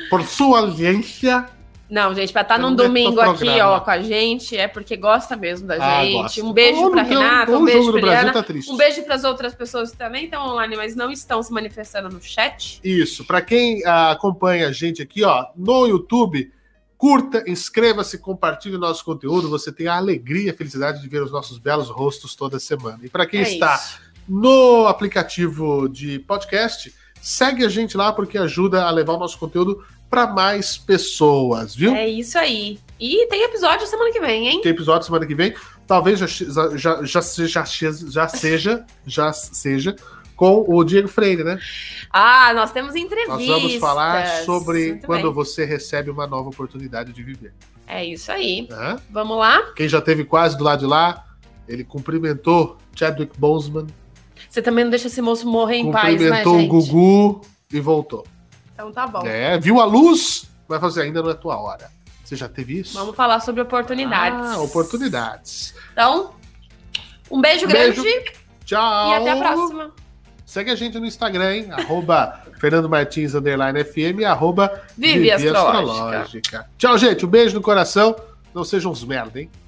Speaker 1: por sua audiência.
Speaker 2: Não, gente, pra estar num domingo aqui, ó, com a gente, é porque gosta mesmo da ah, gente. Gosta. Um beijo oh, pra
Speaker 1: é
Speaker 2: Renata, um beijo pra Eliana. Tá um beijo pras outras pessoas que também estão online, mas não estão se manifestando no chat.
Speaker 1: Isso, pra quem ah, acompanha a gente aqui, ó, no YouTube, curta, inscreva-se, compartilhe o nosso conteúdo. Você tem a alegria e a felicidade de ver os nossos belos rostos toda semana. E pra quem é está isso. no aplicativo de podcast, segue a gente lá porque ajuda a levar o nosso conteúdo para mais pessoas, viu?
Speaker 2: É isso aí. E tem episódio semana que vem, hein?
Speaker 1: Tem episódio semana que vem. Talvez já, já, já, já, já seja já seja com o Diego Freire, né?
Speaker 2: Ah, nós temos entrevistas.
Speaker 1: Nós vamos falar sobre Muito quando bem. você recebe uma nova oportunidade de viver.
Speaker 2: É isso aí. Hã? Vamos lá?
Speaker 1: Quem já teve quase do lado de lá, ele cumprimentou Chadwick Boseman.
Speaker 2: Você também não deixa esse moço morrer em paz, né, gente?
Speaker 1: Cumprimentou o Gugu e voltou.
Speaker 2: Então tá bom.
Speaker 1: É, viu a luz, vai fazer ainda não é tua hora. Você já teve isso?
Speaker 2: Vamos falar sobre oportunidades.
Speaker 1: Ah, oportunidades.
Speaker 2: Então, um beijo, beijo. grande.
Speaker 1: Tchau.
Speaker 2: E até a próxima.
Speaker 1: Segue a gente no Instagram, hein? arroba Fernando Martins, underline FM, arroba Vivi, Vivi Astrológica. Astrológica. Tchau, gente. Um beijo no coração. Não sejam uns merda, hein?